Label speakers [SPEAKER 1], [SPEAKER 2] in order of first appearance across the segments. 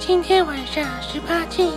[SPEAKER 1] 今天晚上十八禁，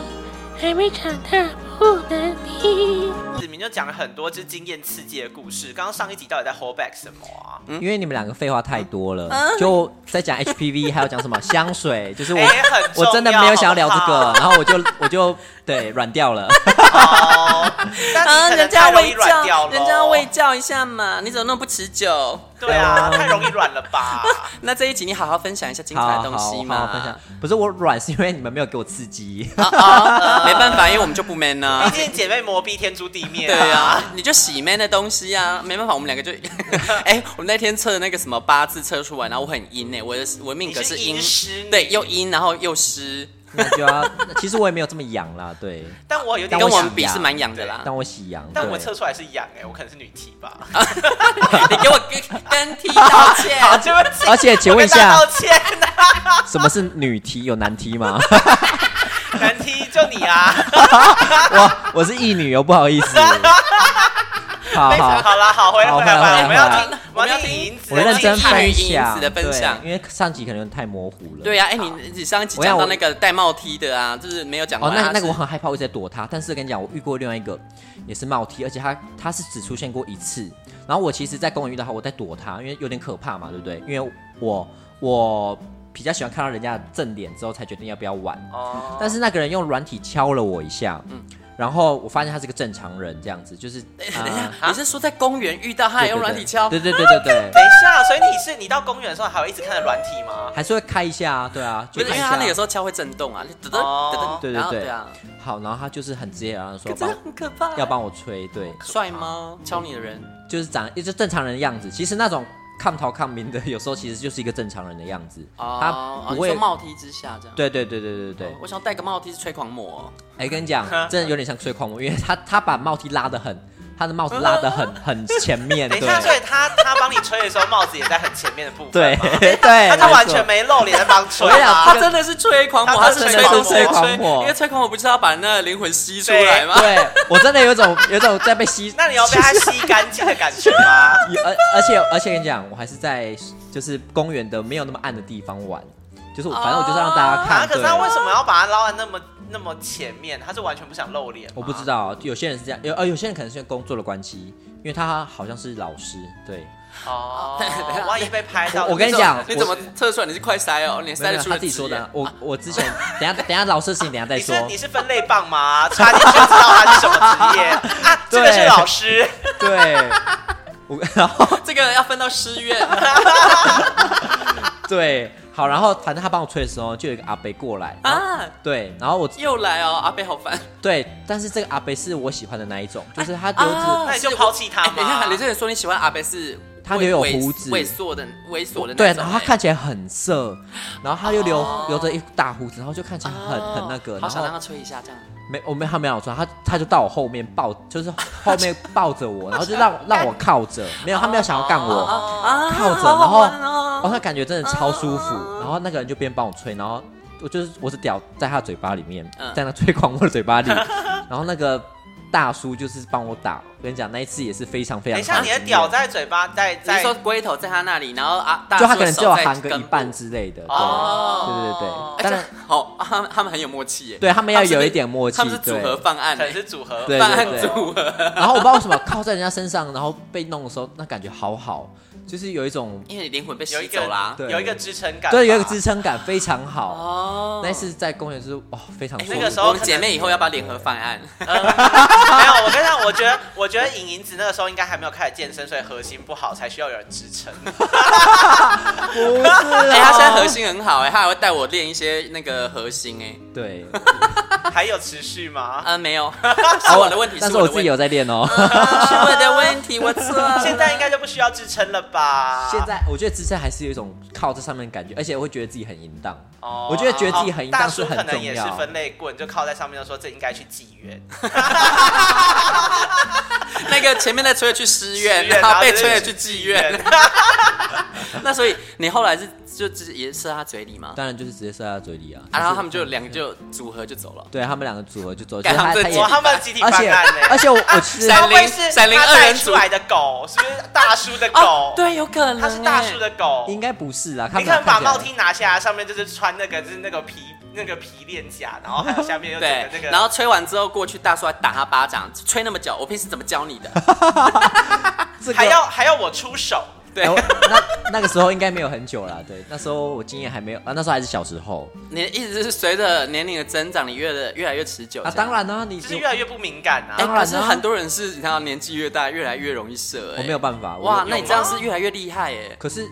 [SPEAKER 1] 还没长大不能听。
[SPEAKER 2] 子明就讲了很多就是经验刺激的故事。刚刚上一集到底在 hold back 什么啊？
[SPEAKER 3] 因为你们两个废话太多了，就在讲 HPV，还有讲什么香水，就是我、
[SPEAKER 2] 哎很重
[SPEAKER 3] 我
[SPEAKER 2] 要
[SPEAKER 3] 真的没有想要聊这
[SPEAKER 2] 好不
[SPEAKER 3] 个
[SPEAKER 2] 好，
[SPEAKER 3] 然后我就我就对软掉了。
[SPEAKER 2] 哦，但
[SPEAKER 4] 啊，
[SPEAKER 2] 你可能
[SPEAKER 4] 人家
[SPEAKER 2] 太容易
[SPEAKER 4] 喂
[SPEAKER 2] 软掉
[SPEAKER 4] 教，
[SPEAKER 2] 了，
[SPEAKER 4] 人家喂教一下嘛，你怎么那么不持久？
[SPEAKER 2] 对啊，太容易软了 吧？
[SPEAKER 4] 那这一集你好好分享一下精彩
[SPEAKER 3] 好
[SPEAKER 4] 的
[SPEAKER 3] 好
[SPEAKER 4] 东西
[SPEAKER 3] 好
[SPEAKER 4] 嘛。
[SPEAKER 3] 好分享。不是我软，是因为你们没有给我刺激。
[SPEAKER 4] 啊，没办法，因为我们就不 man
[SPEAKER 2] 毕
[SPEAKER 4] 啊。
[SPEAKER 2] 竟姐妹磨逼天诛地灭、
[SPEAKER 4] 对啊，你就洗 man 的东西啊，没办法，我们两个就， 哎、我们那天测那个什么八字测出来，然后我很阴哎、我的我的命格
[SPEAKER 2] 你是
[SPEAKER 4] 阴
[SPEAKER 2] 阴湿
[SPEAKER 4] 对，又阴然后又湿，
[SPEAKER 3] 那就要，其实我也没有这么痒啦，对，
[SPEAKER 2] 但我有点
[SPEAKER 4] 跟我
[SPEAKER 3] 想
[SPEAKER 4] 们比
[SPEAKER 3] 呀
[SPEAKER 4] 是蛮痒的啦。
[SPEAKER 3] 但我喜羊，
[SPEAKER 2] 但
[SPEAKER 3] 对啊
[SPEAKER 2] 我测出来是痒哎、我可能是女 T 吧。
[SPEAKER 4] 你 给我跟跟 T 道
[SPEAKER 2] 好，
[SPEAKER 4] 歉，
[SPEAKER 2] 对不起，
[SPEAKER 3] 而且请问一下
[SPEAKER 2] 我跟大家道歉呐、
[SPEAKER 3] 什么是女 T 有男 T 吗？
[SPEAKER 2] 男 T 就你啊。
[SPEAKER 3] 我我是异女哦，不好意思。好好，
[SPEAKER 2] 好啦，好，回来
[SPEAKER 3] 好
[SPEAKER 2] 回来
[SPEAKER 3] 回来
[SPEAKER 2] 吧，我们要
[SPEAKER 3] 回来
[SPEAKER 2] 听，
[SPEAKER 4] 我们要
[SPEAKER 2] 听
[SPEAKER 4] 听
[SPEAKER 2] 银子
[SPEAKER 3] 我
[SPEAKER 2] 的
[SPEAKER 3] 认真
[SPEAKER 2] 精彩
[SPEAKER 3] 分
[SPEAKER 4] 女银
[SPEAKER 3] 享，
[SPEAKER 4] 子的分享
[SPEAKER 3] 对因为上集可能太模糊了。
[SPEAKER 4] 对呀、哎、你你上一集
[SPEAKER 3] 我要
[SPEAKER 4] 讲到
[SPEAKER 3] 我
[SPEAKER 4] 那个戴帽 T 的啊，就是没有讲
[SPEAKER 3] 哦
[SPEAKER 4] 完，啊。
[SPEAKER 3] 那那
[SPEAKER 4] 是
[SPEAKER 3] 个我很害怕，我一直在躲他。但是跟你讲，我遇过另外一个也是帽 T，而且他他是只出现过一次。然后我其实，在公园遇到他，我在躲他，因为有点可怕嘛，对不对？因为我我比较喜欢看到人家的正脸之后，才决定要不要玩。
[SPEAKER 2] 哦，
[SPEAKER 3] 但是那个人用软体敲了我一下，然后我发现他是个正常人，这样子就是。
[SPEAKER 4] 嗯 等一下
[SPEAKER 3] 啊，
[SPEAKER 4] 你是说在公园遇到他还
[SPEAKER 3] 对
[SPEAKER 4] 用
[SPEAKER 3] 对
[SPEAKER 4] 软
[SPEAKER 3] 对
[SPEAKER 4] 体敲？
[SPEAKER 3] 对对对对对，
[SPEAKER 2] 等一下，所以你是你到公园的时候还会一直看着软体吗？
[SPEAKER 3] 还是会开一下啊，对啊，
[SPEAKER 4] 不，
[SPEAKER 3] 就是看
[SPEAKER 4] 因为
[SPEAKER 3] 一下
[SPEAKER 4] 他那个时候敲会震动啊，就噔噔噔
[SPEAKER 2] 哦
[SPEAKER 4] 噔，
[SPEAKER 3] 对对
[SPEAKER 4] 然后
[SPEAKER 3] 对
[SPEAKER 4] 对啊，
[SPEAKER 3] 好，然后他就是很直接，然后说
[SPEAKER 4] 可真的
[SPEAKER 3] 帮
[SPEAKER 4] 很可怕。
[SPEAKER 3] 要帮我吹，对，
[SPEAKER 4] 帅吗？敲你的人，
[SPEAKER 3] 就是长一直正常人的样子。其实那种抗逃抗民的，有时候其实就是一个正常人的样子，
[SPEAKER 4] 哦，
[SPEAKER 3] 他
[SPEAKER 4] 你
[SPEAKER 3] 不会
[SPEAKER 4] 说。帽梯之下这样。
[SPEAKER 3] 对对对对对对
[SPEAKER 4] 哦，我想要戴个帽梯是吹狂魔哦
[SPEAKER 3] 哎、跟 你讲，真的有点像吹狂魔，因为他他把帽 T 拉得很，他的帽子拉得很很前 面，
[SPEAKER 2] 等
[SPEAKER 3] 对
[SPEAKER 2] 一下，所以他他帮你吹的时候，帽子也在很前面的部分，
[SPEAKER 3] 对 对，
[SPEAKER 2] 他就完全
[SPEAKER 3] 没
[SPEAKER 2] 没露脸在帮吹
[SPEAKER 3] 我跟你
[SPEAKER 4] 哦，
[SPEAKER 3] 讲
[SPEAKER 2] 啊
[SPEAKER 3] 这
[SPEAKER 4] 他
[SPEAKER 3] 个
[SPEAKER 4] 真的是吹狂魔，
[SPEAKER 2] 他
[SPEAKER 4] 他是
[SPEAKER 2] 真的
[SPEAKER 4] 吹狂魔，
[SPEAKER 2] 是吹
[SPEAKER 3] 狂魔
[SPEAKER 4] 因为吹狂魔不是要把那个灵魂吸出
[SPEAKER 2] 对
[SPEAKER 4] 来吗
[SPEAKER 3] 错。？对我真的有一种有一种在被吸，
[SPEAKER 2] 那你要被他吸干净的感觉 吗？
[SPEAKER 3] 有而而且而且跟你讲，我还是在就是公园的没有那么暗的地方玩，就是我反正我就是让大家
[SPEAKER 2] 啊，
[SPEAKER 3] 看。
[SPEAKER 2] 可
[SPEAKER 3] 对。
[SPEAKER 2] 是他为什么要把它捞在那么那么前面？他是完全不想露脸吗，
[SPEAKER 3] 我不知道，有些人是这样，有呃有些人可能是因为工作的关系，因为他好像是老师，对，
[SPEAKER 2] 哦，万一被拍到，
[SPEAKER 3] 我我跟你讲
[SPEAKER 4] 你怎么测出来你是快塞哦？你塞
[SPEAKER 3] 没有
[SPEAKER 4] 得出
[SPEAKER 3] 他
[SPEAKER 4] 来
[SPEAKER 3] 自己说
[SPEAKER 4] 纸
[SPEAKER 3] 的
[SPEAKER 4] 耶
[SPEAKER 3] 啊。。我我之前等一下等一下老师的事情等一下再
[SPEAKER 2] 你
[SPEAKER 3] 说
[SPEAKER 2] 是，你是分类棒吗？差点就知道他是什么职 业啊！这个是
[SPEAKER 3] 对
[SPEAKER 2] 老师，
[SPEAKER 3] 对，我 然后
[SPEAKER 4] 这个要分到师 院，
[SPEAKER 3] 对好，然后反正他帮我吹的时候，就有一个阿伯过来
[SPEAKER 4] 啊
[SPEAKER 3] 啊，对，然后我
[SPEAKER 4] 又来哦，阿贝好烦。
[SPEAKER 3] 对，但是这个阿伯是我喜欢的那一种，就是他留
[SPEAKER 4] 啊
[SPEAKER 3] 着
[SPEAKER 2] 那你就抛弃他
[SPEAKER 4] 哎等一下，
[SPEAKER 2] 吗
[SPEAKER 4] 你？之前说你喜欢阿贝是
[SPEAKER 3] 他留有
[SPEAKER 4] 猥
[SPEAKER 3] 胡子
[SPEAKER 4] 猥琐的猥琐的那种，
[SPEAKER 3] 对，然后他
[SPEAKER 4] 哎
[SPEAKER 3] 看起来很色，然后他又留、留着一大胡子，然后就看起来很、很那个，
[SPEAKER 4] 哦好
[SPEAKER 3] 然
[SPEAKER 4] 想让
[SPEAKER 3] 后
[SPEAKER 4] 他吹一下这样。
[SPEAKER 3] 没我没他没有抓他，他就到我后面抱，就是后面抱着我，然后就让让我靠着，没有他没有想要干我，
[SPEAKER 4] 啊
[SPEAKER 3] 靠着，
[SPEAKER 4] 好
[SPEAKER 3] 然
[SPEAKER 4] 好
[SPEAKER 3] 后
[SPEAKER 4] 玩
[SPEAKER 3] 哦
[SPEAKER 4] 哦
[SPEAKER 3] 他感觉真的超舒服，然后那个人就边帮我吹，然后我就是我是屌在他嘴巴里面
[SPEAKER 4] 嗯，
[SPEAKER 3] 在那吹狂我的嘴巴里，然后那个大叔就是帮我打，我跟你讲那一次也是非常非
[SPEAKER 2] 等
[SPEAKER 3] 常，
[SPEAKER 2] 一下，你的屌。在嘴巴，在
[SPEAKER 4] 你是
[SPEAKER 2] 在
[SPEAKER 4] 说龟头在他那里，然后啊，大
[SPEAKER 3] 就他
[SPEAKER 4] 叔
[SPEAKER 3] 可
[SPEAKER 4] 的
[SPEAKER 3] 能
[SPEAKER 4] 手
[SPEAKER 3] 只有
[SPEAKER 4] 在
[SPEAKER 3] 含个
[SPEAKER 4] 根
[SPEAKER 3] 一
[SPEAKER 4] 部
[SPEAKER 3] 半。之类的，对对对
[SPEAKER 2] 哦
[SPEAKER 3] 对，当然
[SPEAKER 4] 好，啊他们他们很有默契耶。
[SPEAKER 3] 对他们要有一点默契
[SPEAKER 4] 他们是组合
[SPEAKER 3] 对
[SPEAKER 4] 方案
[SPEAKER 2] 可能
[SPEAKER 4] 耶，
[SPEAKER 2] 是组合，
[SPEAKER 3] 对
[SPEAKER 4] 方
[SPEAKER 3] 对
[SPEAKER 4] 案
[SPEAKER 3] 对
[SPEAKER 4] 组合。
[SPEAKER 3] 然后我不知道为什么靠在人家身上，然后被弄的时候，那感觉好好，就是有一种
[SPEAKER 4] 因为你灵魂被
[SPEAKER 2] 有一
[SPEAKER 4] 吸
[SPEAKER 2] 个
[SPEAKER 4] 走啦。
[SPEAKER 3] 对
[SPEAKER 2] 有一个支撑感吧，
[SPEAKER 3] 对有一个支撑感非常好。
[SPEAKER 4] 哦
[SPEAKER 3] 那次在公园就是哇，非常舒服。
[SPEAKER 2] 那个时候
[SPEAKER 4] 我们姐妹以后要不要联合方案？
[SPEAKER 2] 没有，我跟你讲，我觉得，我觉得尹银子那个时候应该还没有开始健身，所以核心不好，才需要有人支撑。
[SPEAKER 3] 不是啊，
[SPEAKER 4] 哎，她现在核心很好哎，她还会带我练一些那个核心哎。
[SPEAKER 3] 对，
[SPEAKER 2] 还有持续 吗？
[SPEAKER 4] 啊，没有， 是我的问题，
[SPEAKER 3] 但
[SPEAKER 4] 是
[SPEAKER 3] 是我
[SPEAKER 4] 的
[SPEAKER 3] 自
[SPEAKER 4] 问
[SPEAKER 3] 己
[SPEAKER 4] 题，
[SPEAKER 3] 有在练哦。
[SPEAKER 4] 啊是我的问题，我错
[SPEAKER 3] 呃
[SPEAKER 4] 了。
[SPEAKER 2] 现在应该就不需要支撑了吧？
[SPEAKER 3] 现在我觉得支撑还是有一种靠这上面的感觉，而且我会觉得自己很淫荡。
[SPEAKER 2] 哦
[SPEAKER 3] 我觉得觉得自己很淫
[SPEAKER 2] 大
[SPEAKER 3] 荡
[SPEAKER 2] 叔
[SPEAKER 3] 是很
[SPEAKER 2] 可能
[SPEAKER 3] 重
[SPEAKER 2] 也是
[SPEAKER 3] 要。
[SPEAKER 2] 分类棍，就靠在上面就说这应该去妓 院，
[SPEAKER 4] 那个前面在吹的去师院，
[SPEAKER 2] 妓院
[SPEAKER 4] 然后被
[SPEAKER 2] 这
[SPEAKER 4] 吹的
[SPEAKER 2] 是
[SPEAKER 4] 去妓院。那所以你后来是就直也射他嘴里 吗？
[SPEAKER 3] 当然就是直接射在他嘴里啊。
[SPEAKER 4] 啊，然后他
[SPEAKER 3] 们
[SPEAKER 4] 们就两个就组合就走了。
[SPEAKER 3] 对他们两个组合就走，
[SPEAKER 4] 干
[SPEAKER 3] 就是
[SPEAKER 4] 他们最
[SPEAKER 3] 也
[SPEAKER 2] 哇，他们集体
[SPEAKER 3] 而
[SPEAKER 2] 翻
[SPEAKER 3] 且
[SPEAKER 2] 案呢、
[SPEAKER 3] 而且我我 其实
[SPEAKER 4] 闪
[SPEAKER 2] 他
[SPEAKER 4] 灵
[SPEAKER 2] 会是
[SPEAKER 4] 闪灵
[SPEAKER 2] 他
[SPEAKER 4] 二人
[SPEAKER 2] 带
[SPEAKER 4] 组
[SPEAKER 2] 出来的狗，是不是大叔的
[SPEAKER 4] 哦
[SPEAKER 2] 狗？，，
[SPEAKER 4] 对，有可能
[SPEAKER 2] 他是大
[SPEAKER 4] 欸
[SPEAKER 2] 叔的狗。
[SPEAKER 3] 应该不是啦，他
[SPEAKER 2] 你
[SPEAKER 3] 们俩
[SPEAKER 2] 看把
[SPEAKER 3] 看起来
[SPEAKER 2] 帽 T 拿下来，上面就是穿那个就是那个皮那个皮链甲，然后还有下面有整个
[SPEAKER 4] 对
[SPEAKER 2] 那，个，
[SPEAKER 4] 然后吹完之后过去，大叔还打他巴掌，吹那么久，我平时怎么教你的？
[SPEAKER 3] 这个
[SPEAKER 2] 还要还要我出手，
[SPEAKER 4] 对
[SPEAKER 3] 哎，我那那个时候应该没有很久啦，对，那时候我经验还没有啊，那时候还是小时候
[SPEAKER 4] 你的意思是随着年龄的增长，你越的越来越持久
[SPEAKER 3] 啊，当，然啦，你
[SPEAKER 2] 就是越来越不敏感
[SPEAKER 4] 这
[SPEAKER 2] 啊。
[SPEAKER 4] 样
[SPEAKER 3] 当
[SPEAKER 4] 哎，
[SPEAKER 3] 然
[SPEAKER 4] 可
[SPEAKER 3] 啊
[SPEAKER 4] 是很多人是你看到年纪越大，越来越容易射，哎
[SPEAKER 3] 我没有办法，我
[SPEAKER 4] 哇，
[SPEAKER 3] 有
[SPEAKER 4] 那你这样是越来越厉害哎，
[SPEAKER 3] 可是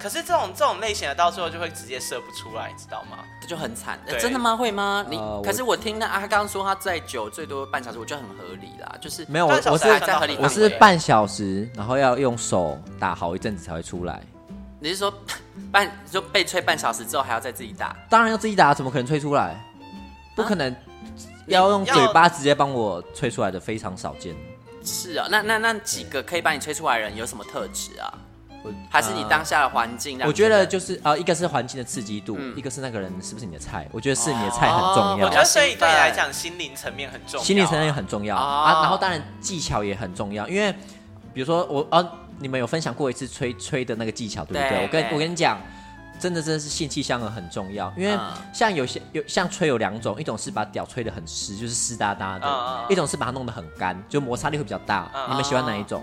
[SPEAKER 2] 可是这种这种类型的到最后就会直接射不出来，你知道吗？
[SPEAKER 4] 这就很惨。呃
[SPEAKER 2] 对
[SPEAKER 4] 真的吗？会吗？你
[SPEAKER 3] 呃我
[SPEAKER 4] 可是我听那阿刚刚说他再久最多半小时，我觉得很合理啦，就是
[SPEAKER 3] 没有我
[SPEAKER 2] 但小
[SPEAKER 3] 我
[SPEAKER 2] 时候
[SPEAKER 3] 是
[SPEAKER 2] 看到
[SPEAKER 4] 在合理范围
[SPEAKER 3] 我是半小时，然后要用手打好一阵子才会出来，
[SPEAKER 4] 你是说 半你说被吹半小时之后还要再自己打？
[SPEAKER 3] 当然要自己打，怎么可能吹出来？不可能。要用
[SPEAKER 2] 啊要
[SPEAKER 3] 嘴巴直接帮我吹出来的非常少见，
[SPEAKER 4] 是啊，那那那几个可以帮你吹出来的人有什么特质啊？
[SPEAKER 3] 我
[SPEAKER 4] 还是你当下的环境让你？
[SPEAKER 3] 我觉得就是呃，一个是环境的刺激度，一个是那个人是不是你的菜。我觉得是你的菜很重
[SPEAKER 4] 哦
[SPEAKER 2] 嗯
[SPEAKER 3] 要，
[SPEAKER 2] 我觉得所以对你来讲，心灵层面很重要啊。
[SPEAKER 3] 心理层面也很重要、
[SPEAKER 4] 哦
[SPEAKER 3] 啊。然后当然技巧也很重要，因为比如说我呃，你们有分享过一次吹吹的那个技巧，对不对？
[SPEAKER 4] 对
[SPEAKER 3] 我跟
[SPEAKER 4] 对
[SPEAKER 3] 我跟你讲。真的，真的是性气相合很重要，因为
[SPEAKER 4] 嗯
[SPEAKER 3] 像有些有像吹有两种，一种是把屌吹得很湿，就是湿哒哒的；
[SPEAKER 2] 嗯嗯嗯
[SPEAKER 3] 一种是把它弄得很干，就摩擦力会比较大。
[SPEAKER 2] 嗯
[SPEAKER 3] 你们喜欢哪一种？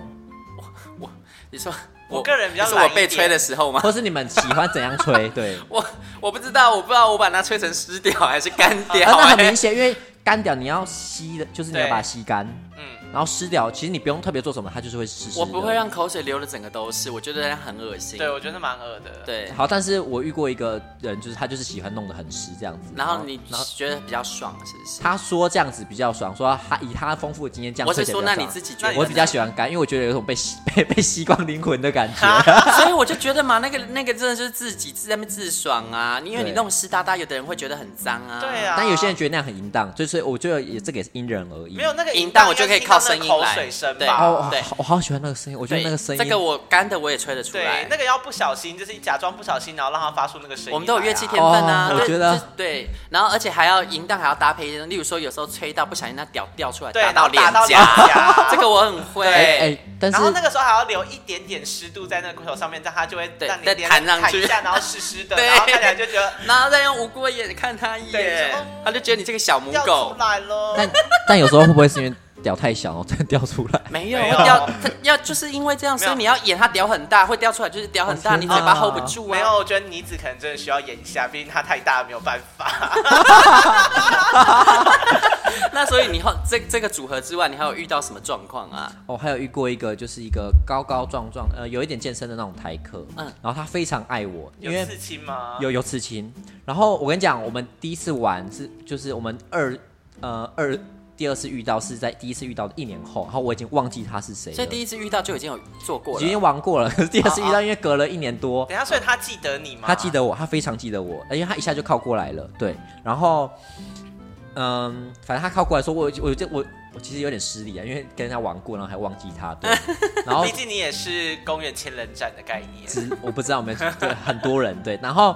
[SPEAKER 4] 你说
[SPEAKER 2] 我个人比较
[SPEAKER 4] 是
[SPEAKER 2] 懒
[SPEAKER 4] 我
[SPEAKER 2] 一
[SPEAKER 4] 被
[SPEAKER 2] 点
[SPEAKER 4] 吹的时候吗？
[SPEAKER 3] 或是你们喜欢怎样 吹？对，
[SPEAKER 4] 我我不知道，我不知道我把它吹成湿屌还是干
[SPEAKER 3] 啊，
[SPEAKER 4] 屌、
[SPEAKER 3] 那 很
[SPEAKER 4] 哎
[SPEAKER 3] 明显，因为干屌你要吸的，就是你
[SPEAKER 2] 欸
[SPEAKER 3] 要
[SPEAKER 2] 对
[SPEAKER 3] 把它吸干，
[SPEAKER 2] 嗯，
[SPEAKER 3] 然后湿掉，其实你不用特别做什么，它就是会湿湿的。
[SPEAKER 4] 我不会让口水流的整个都是，我觉得很恶心。
[SPEAKER 2] 对，我觉得蛮恶的。，
[SPEAKER 4] 对
[SPEAKER 3] 好，但是我遇过一个人，就是他就是喜欢弄得很湿这样子。
[SPEAKER 4] 然后你
[SPEAKER 3] 然后
[SPEAKER 4] 觉得比较爽是不是？
[SPEAKER 3] 他说这样子比较爽，说他以他丰富的经验这样。
[SPEAKER 4] 我是说，那你自
[SPEAKER 3] 己，
[SPEAKER 4] 己觉得？
[SPEAKER 3] 我比较喜欢干，因为我觉得有种被吸 被被吸光灵魂的感觉。啊
[SPEAKER 4] 所以我就觉得嘛，那个那个真的就是自己自在那边自爽啊，因为你
[SPEAKER 3] 对
[SPEAKER 4] 弄湿哒哒，有的人会觉得很脏啊。
[SPEAKER 2] 对啊。
[SPEAKER 3] 但有些人觉得那样很淫荡，就是我觉得也这个也是因人而异。
[SPEAKER 2] 没有那个
[SPEAKER 4] 淫
[SPEAKER 2] 淫
[SPEAKER 4] 荡
[SPEAKER 2] 荡，
[SPEAKER 4] 我就可以
[SPEAKER 2] 应该
[SPEAKER 4] 靠
[SPEAKER 2] 是
[SPEAKER 4] 声
[SPEAKER 2] 听
[SPEAKER 4] 音
[SPEAKER 2] 到那个口
[SPEAKER 4] 来
[SPEAKER 2] 水声
[SPEAKER 4] 对
[SPEAKER 2] 吧。
[SPEAKER 3] 哦，我好
[SPEAKER 4] 对
[SPEAKER 3] 我好喜欢那个声音，我觉得
[SPEAKER 4] 对，
[SPEAKER 3] 那个声音，
[SPEAKER 4] 这个我干的我也吹得出来
[SPEAKER 2] 对，。那个要不小心，就是假装不小心，然后让它发出那个声音来啊。
[SPEAKER 4] 我们都有乐器天分啊，
[SPEAKER 3] 哦
[SPEAKER 4] 对
[SPEAKER 3] 我觉得
[SPEAKER 4] 就是对，然后而且还要淫荡，还要搭配，例如说有时候吹到不小心那屌掉出来，
[SPEAKER 2] 对，然
[SPEAKER 4] 到
[SPEAKER 2] 后
[SPEAKER 4] 脸
[SPEAKER 2] 打到脸
[SPEAKER 4] 颊，
[SPEAKER 2] 颊，
[SPEAKER 4] 这个我很会。
[SPEAKER 3] 哎哎，但是
[SPEAKER 2] 然后那个时候还要留一点点湿度在那个骨头上面，这样它就会
[SPEAKER 4] 对
[SPEAKER 2] 让你
[SPEAKER 4] 再
[SPEAKER 2] 脸
[SPEAKER 4] 弹上去
[SPEAKER 2] 一下，然后湿湿的，
[SPEAKER 4] 对
[SPEAKER 2] 然后看起来就觉得
[SPEAKER 4] 然后再用无辜的眼看他一
[SPEAKER 2] 对
[SPEAKER 4] 眼
[SPEAKER 2] 说，
[SPEAKER 4] 他就觉得你这个小母
[SPEAKER 2] 掉
[SPEAKER 4] 狗
[SPEAKER 2] 出。来了。
[SPEAKER 3] 但但有时候会不会是因为屌太小，然后真的掉出来？
[SPEAKER 4] 没有，
[SPEAKER 2] 没有
[SPEAKER 4] 要它要就是因为这样，
[SPEAKER 2] 没
[SPEAKER 4] 所
[SPEAKER 2] 有
[SPEAKER 4] 以你要演他屌很大，会掉出来就是屌很大，
[SPEAKER 3] 哦
[SPEAKER 4] 你
[SPEAKER 3] 天
[SPEAKER 4] 嘴
[SPEAKER 3] 哪
[SPEAKER 4] 巴 hold 不住啊。
[SPEAKER 2] 没有，，我觉得妮子可能真的需要演一下，毕竟她太大，没有办法。
[SPEAKER 4] 那所以你后这这个组合之外，你还有遇到什么状况啊？
[SPEAKER 3] 哦，还有遇过一个，就是一个高高壮壮，呃，有一点健身的那种台客，
[SPEAKER 4] 嗯
[SPEAKER 3] 嗯，然后他非常爱我，
[SPEAKER 2] 有
[SPEAKER 3] 因为
[SPEAKER 2] 刺青吗？
[SPEAKER 3] 有有刺青。然后我跟你讲，我们第一次玩是，就是我们二呃二第二次遇到是在第一次遇到的一年后，然后我已经忘记他是谁了，
[SPEAKER 4] 所以第一次遇到哎就已经有做过
[SPEAKER 3] 已
[SPEAKER 4] 了哦
[SPEAKER 3] 经。玩过了，可是第二次遇到，因为隔了一年多，
[SPEAKER 2] 等一下，所以她记得你吗？
[SPEAKER 3] 他记。得我，他非常记得我，而且他一下就靠过来了，对，然后，嗯，反正他靠过来说，我我这我我其实有点失礼啊，因为跟他玩过，然后还忘记他， 对，然后
[SPEAKER 2] 毕竟你也是公园千人斩的概念，
[SPEAKER 3] 只我不知道有没有对很多人对，然后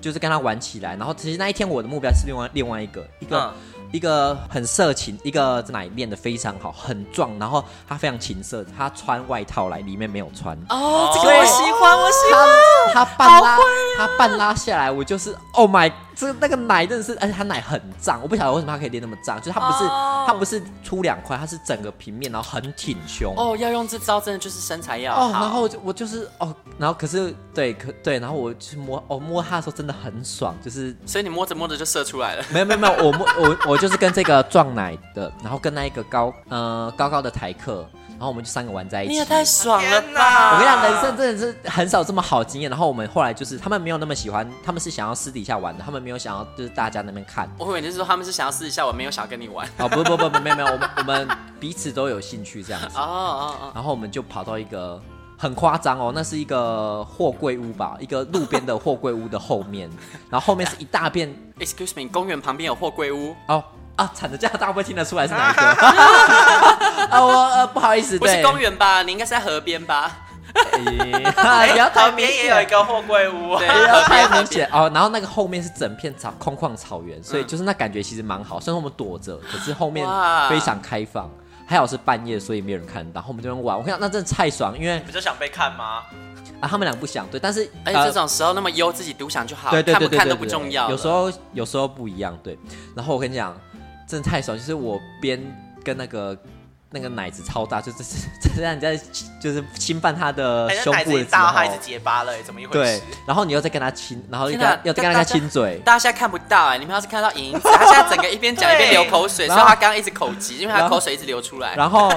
[SPEAKER 3] 就是跟他玩起来，然后其实那一天我的目标是另外另外一个一个、
[SPEAKER 4] 嗯
[SPEAKER 3] 一个很色情，一个奶练的非常好，很壮，然后他非常情色，他穿外套来，里面没有穿，
[SPEAKER 4] 哦，这个
[SPEAKER 3] 对
[SPEAKER 4] 我喜欢，我喜欢。
[SPEAKER 3] 他半拉、
[SPEAKER 4] 啊
[SPEAKER 3] 他半拉下来，我就是 Oh my，这那个奶真的是，而且他奶很胀，我不晓得为什么他可以练那么胀，就是他不是、
[SPEAKER 4] 哦
[SPEAKER 3] 他不是出两块，他是整个平面，然后很挺胸。
[SPEAKER 4] 哦，要用这招真的就是身材要好。
[SPEAKER 3] 哦，然后我就我就是哦，然后可是对可对，然后我去摸哦摸它的时候真的很爽，就是
[SPEAKER 4] 所以你摸着摸着就射出来了。
[SPEAKER 3] 没有没有没有，我摸我我就是跟这个壮奶的，然后跟那一个高呃高高的台客，然后我们就三个玩在一
[SPEAKER 4] 你
[SPEAKER 3] 起
[SPEAKER 4] 也。太爽了
[SPEAKER 2] 天
[SPEAKER 4] 吧！
[SPEAKER 2] 哪
[SPEAKER 3] 我跟你讲，人生真的是很少这么好经验。然后我们后来就是，他们没有那么喜欢，他们是想要私底下玩的，他们没有想要就是大家那边看。
[SPEAKER 4] 我以为你是说他们是想要试一下，我没有想要跟你玩。
[SPEAKER 3] 哦，不不不不，没有没有，我们我们彼此都有兴趣这样子
[SPEAKER 4] 哦。哦
[SPEAKER 3] 然后我们就跑到一个很夸张哦，那是一个货柜屋吧，一个路边的货柜屋的后面，然后后面是一大片
[SPEAKER 4] 哦，Excuse me，公园旁边有货柜屋，
[SPEAKER 3] 哦啊，惨的叫大家会不会听得出来是哪一个？啊，我呃不好意思，
[SPEAKER 4] 不是
[SPEAKER 3] 对
[SPEAKER 4] 公园吧？你应该是在河边吧？
[SPEAKER 3] 哎 不要太
[SPEAKER 2] 旁
[SPEAKER 3] 明
[SPEAKER 2] 边
[SPEAKER 3] 显
[SPEAKER 2] 也有一个货柜屋，
[SPEAKER 4] 对哎
[SPEAKER 3] 不要太明显哦。然后那个后面是整片草空旷草原，所以就是那感觉其实蛮好。虽然我们躲着，可是后面
[SPEAKER 4] 哇
[SPEAKER 3] 非常开放。还好是半夜，所以没有人看到。然后我们这边玩，我跟你讲，那真的太爽，因为
[SPEAKER 2] 你们就想被看吗？
[SPEAKER 3] 啊，他们俩不想对，但是
[SPEAKER 4] 而且
[SPEAKER 3] 呃
[SPEAKER 4] 哎这种时候那么优，自己独享就好，
[SPEAKER 3] 对对对对对
[SPEAKER 4] 看不看都
[SPEAKER 3] 对
[SPEAKER 4] 不重要了。
[SPEAKER 3] 有时候有时候不一样，对。然后我跟你讲，真的太爽，就是我边跟那个那个奶子超大，就是 这让你在就是侵犯他的
[SPEAKER 2] 哎，那
[SPEAKER 3] 呃胸
[SPEAKER 2] 奶子
[SPEAKER 3] 部
[SPEAKER 2] 已
[SPEAKER 3] 的
[SPEAKER 2] 经
[SPEAKER 3] 时
[SPEAKER 2] 大到
[SPEAKER 3] 候
[SPEAKER 2] 他，一直结巴了，哎怎么一回
[SPEAKER 3] 对
[SPEAKER 2] 事？，
[SPEAKER 3] 然后你又在跟他亲，然后又
[SPEAKER 4] 天
[SPEAKER 3] 跟
[SPEAKER 4] 哪
[SPEAKER 3] 他又跟他
[SPEAKER 4] 大家
[SPEAKER 3] 亲嘴，
[SPEAKER 4] 大家现在看不到哎、你们要是看到莹莹子，她现在整个一边讲一边流口水，
[SPEAKER 3] 对
[SPEAKER 4] 所以她刚刚一直口急，因为她
[SPEAKER 3] 然后
[SPEAKER 4] 口水一直流出来。
[SPEAKER 3] 然 后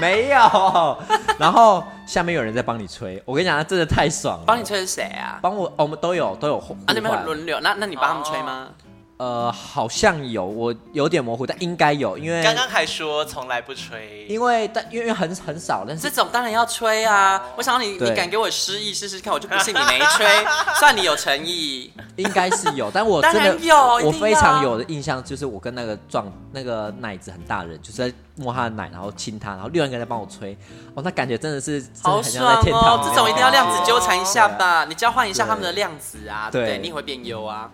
[SPEAKER 3] 没有，然后下面有人在帮你吹，我跟你讲，那真的太爽了。
[SPEAKER 4] 帮你吹的是谁啊？
[SPEAKER 3] 帮我，哦我们都有都有互
[SPEAKER 4] 啊，那边
[SPEAKER 3] 换
[SPEAKER 4] 有轮流，那那你帮他们吹吗？
[SPEAKER 3] 呃，好像有，我有点模糊，但应该有，因为
[SPEAKER 2] 刚刚还说从来不吹，
[SPEAKER 3] 因为但因为很很少，但
[SPEAKER 4] 这
[SPEAKER 3] 是
[SPEAKER 4] 种当然要吹啊！我想你，
[SPEAKER 3] 对
[SPEAKER 4] 你敢给我失忆试试看，我就不信你没 吹，算你有诚意。
[SPEAKER 3] 应该是有，但我
[SPEAKER 4] 当
[SPEAKER 3] 真
[SPEAKER 4] 然
[SPEAKER 3] 的
[SPEAKER 4] 有一定
[SPEAKER 3] 我非常
[SPEAKER 4] 要
[SPEAKER 3] 有的印象就是我跟那个壮那个奶子很大人，就是在摸他的奶，然后亲他，然后另外一个人在帮我吹，哦，那感觉真的是真的
[SPEAKER 4] 好
[SPEAKER 3] 很像
[SPEAKER 4] 爽
[SPEAKER 3] 在天堂
[SPEAKER 4] 哦！
[SPEAKER 3] 里面
[SPEAKER 4] 这种一定要量子纠缠一下
[SPEAKER 3] 对啊
[SPEAKER 4] 吧，你交换一下他们的量子啊，对不对？
[SPEAKER 3] 对
[SPEAKER 4] 你也会变优啊。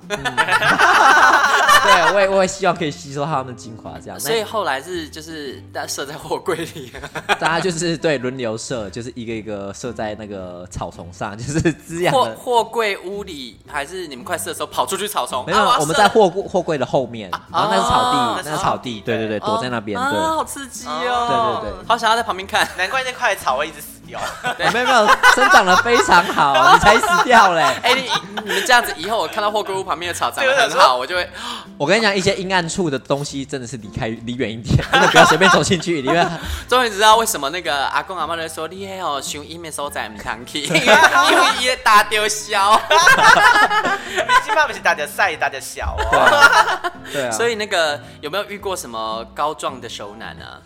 [SPEAKER 3] 对，我也我也希望可以吸收他们的精华，这样。那
[SPEAKER 4] 所以后来是就是大家设在货柜 里，
[SPEAKER 3] 大家就是对轮流射，就是一个一个射在那个草丛上，就是滋养
[SPEAKER 4] 货
[SPEAKER 3] 的。
[SPEAKER 4] 货柜屋里，还是你们快射的时候跑出去草丛？
[SPEAKER 3] 没有，
[SPEAKER 4] 啊要
[SPEAKER 3] 我们在
[SPEAKER 4] 射
[SPEAKER 3] 货柜货柜的后面，然后那是草
[SPEAKER 4] 哦
[SPEAKER 3] 地，那是草地，对对对，躲在那边，
[SPEAKER 4] 哦
[SPEAKER 3] 对
[SPEAKER 4] 啊，。好刺激哦！
[SPEAKER 3] 对对对
[SPEAKER 4] 好想要在旁边看。
[SPEAKER 2] 难怪那块草会一直死掉。
[SPEAKER 3] 哦没有没有，生长的非常好，你才死掉嘞！
[SPEAKER 4] 哎、你你们这样子，以后我看到货柜屋旁边的草长得
[SPEAKER 2] 对我
[SPEAKER 4] 很
[SPEAKER 2] 想说
[SPEAKER 4] 好，我就会
[SPEAKER 3] 我跟你讲，一些阴暗处的东西真的是离开离远一点，真的不要随便走进去，因为
[SPEAKER 4] 终于知道为什么那个阿公阿妈都会说你那哦，想伊面所在唔通 去，因为因为伊打丢消，
[SPEAKER 2] 毕竟嘛不是大家晒，大家小哦。
[SPEAKER 3] 对啊。
[SPEAKER 4] 所以那个有没有遇过什么高壮的熟男啊？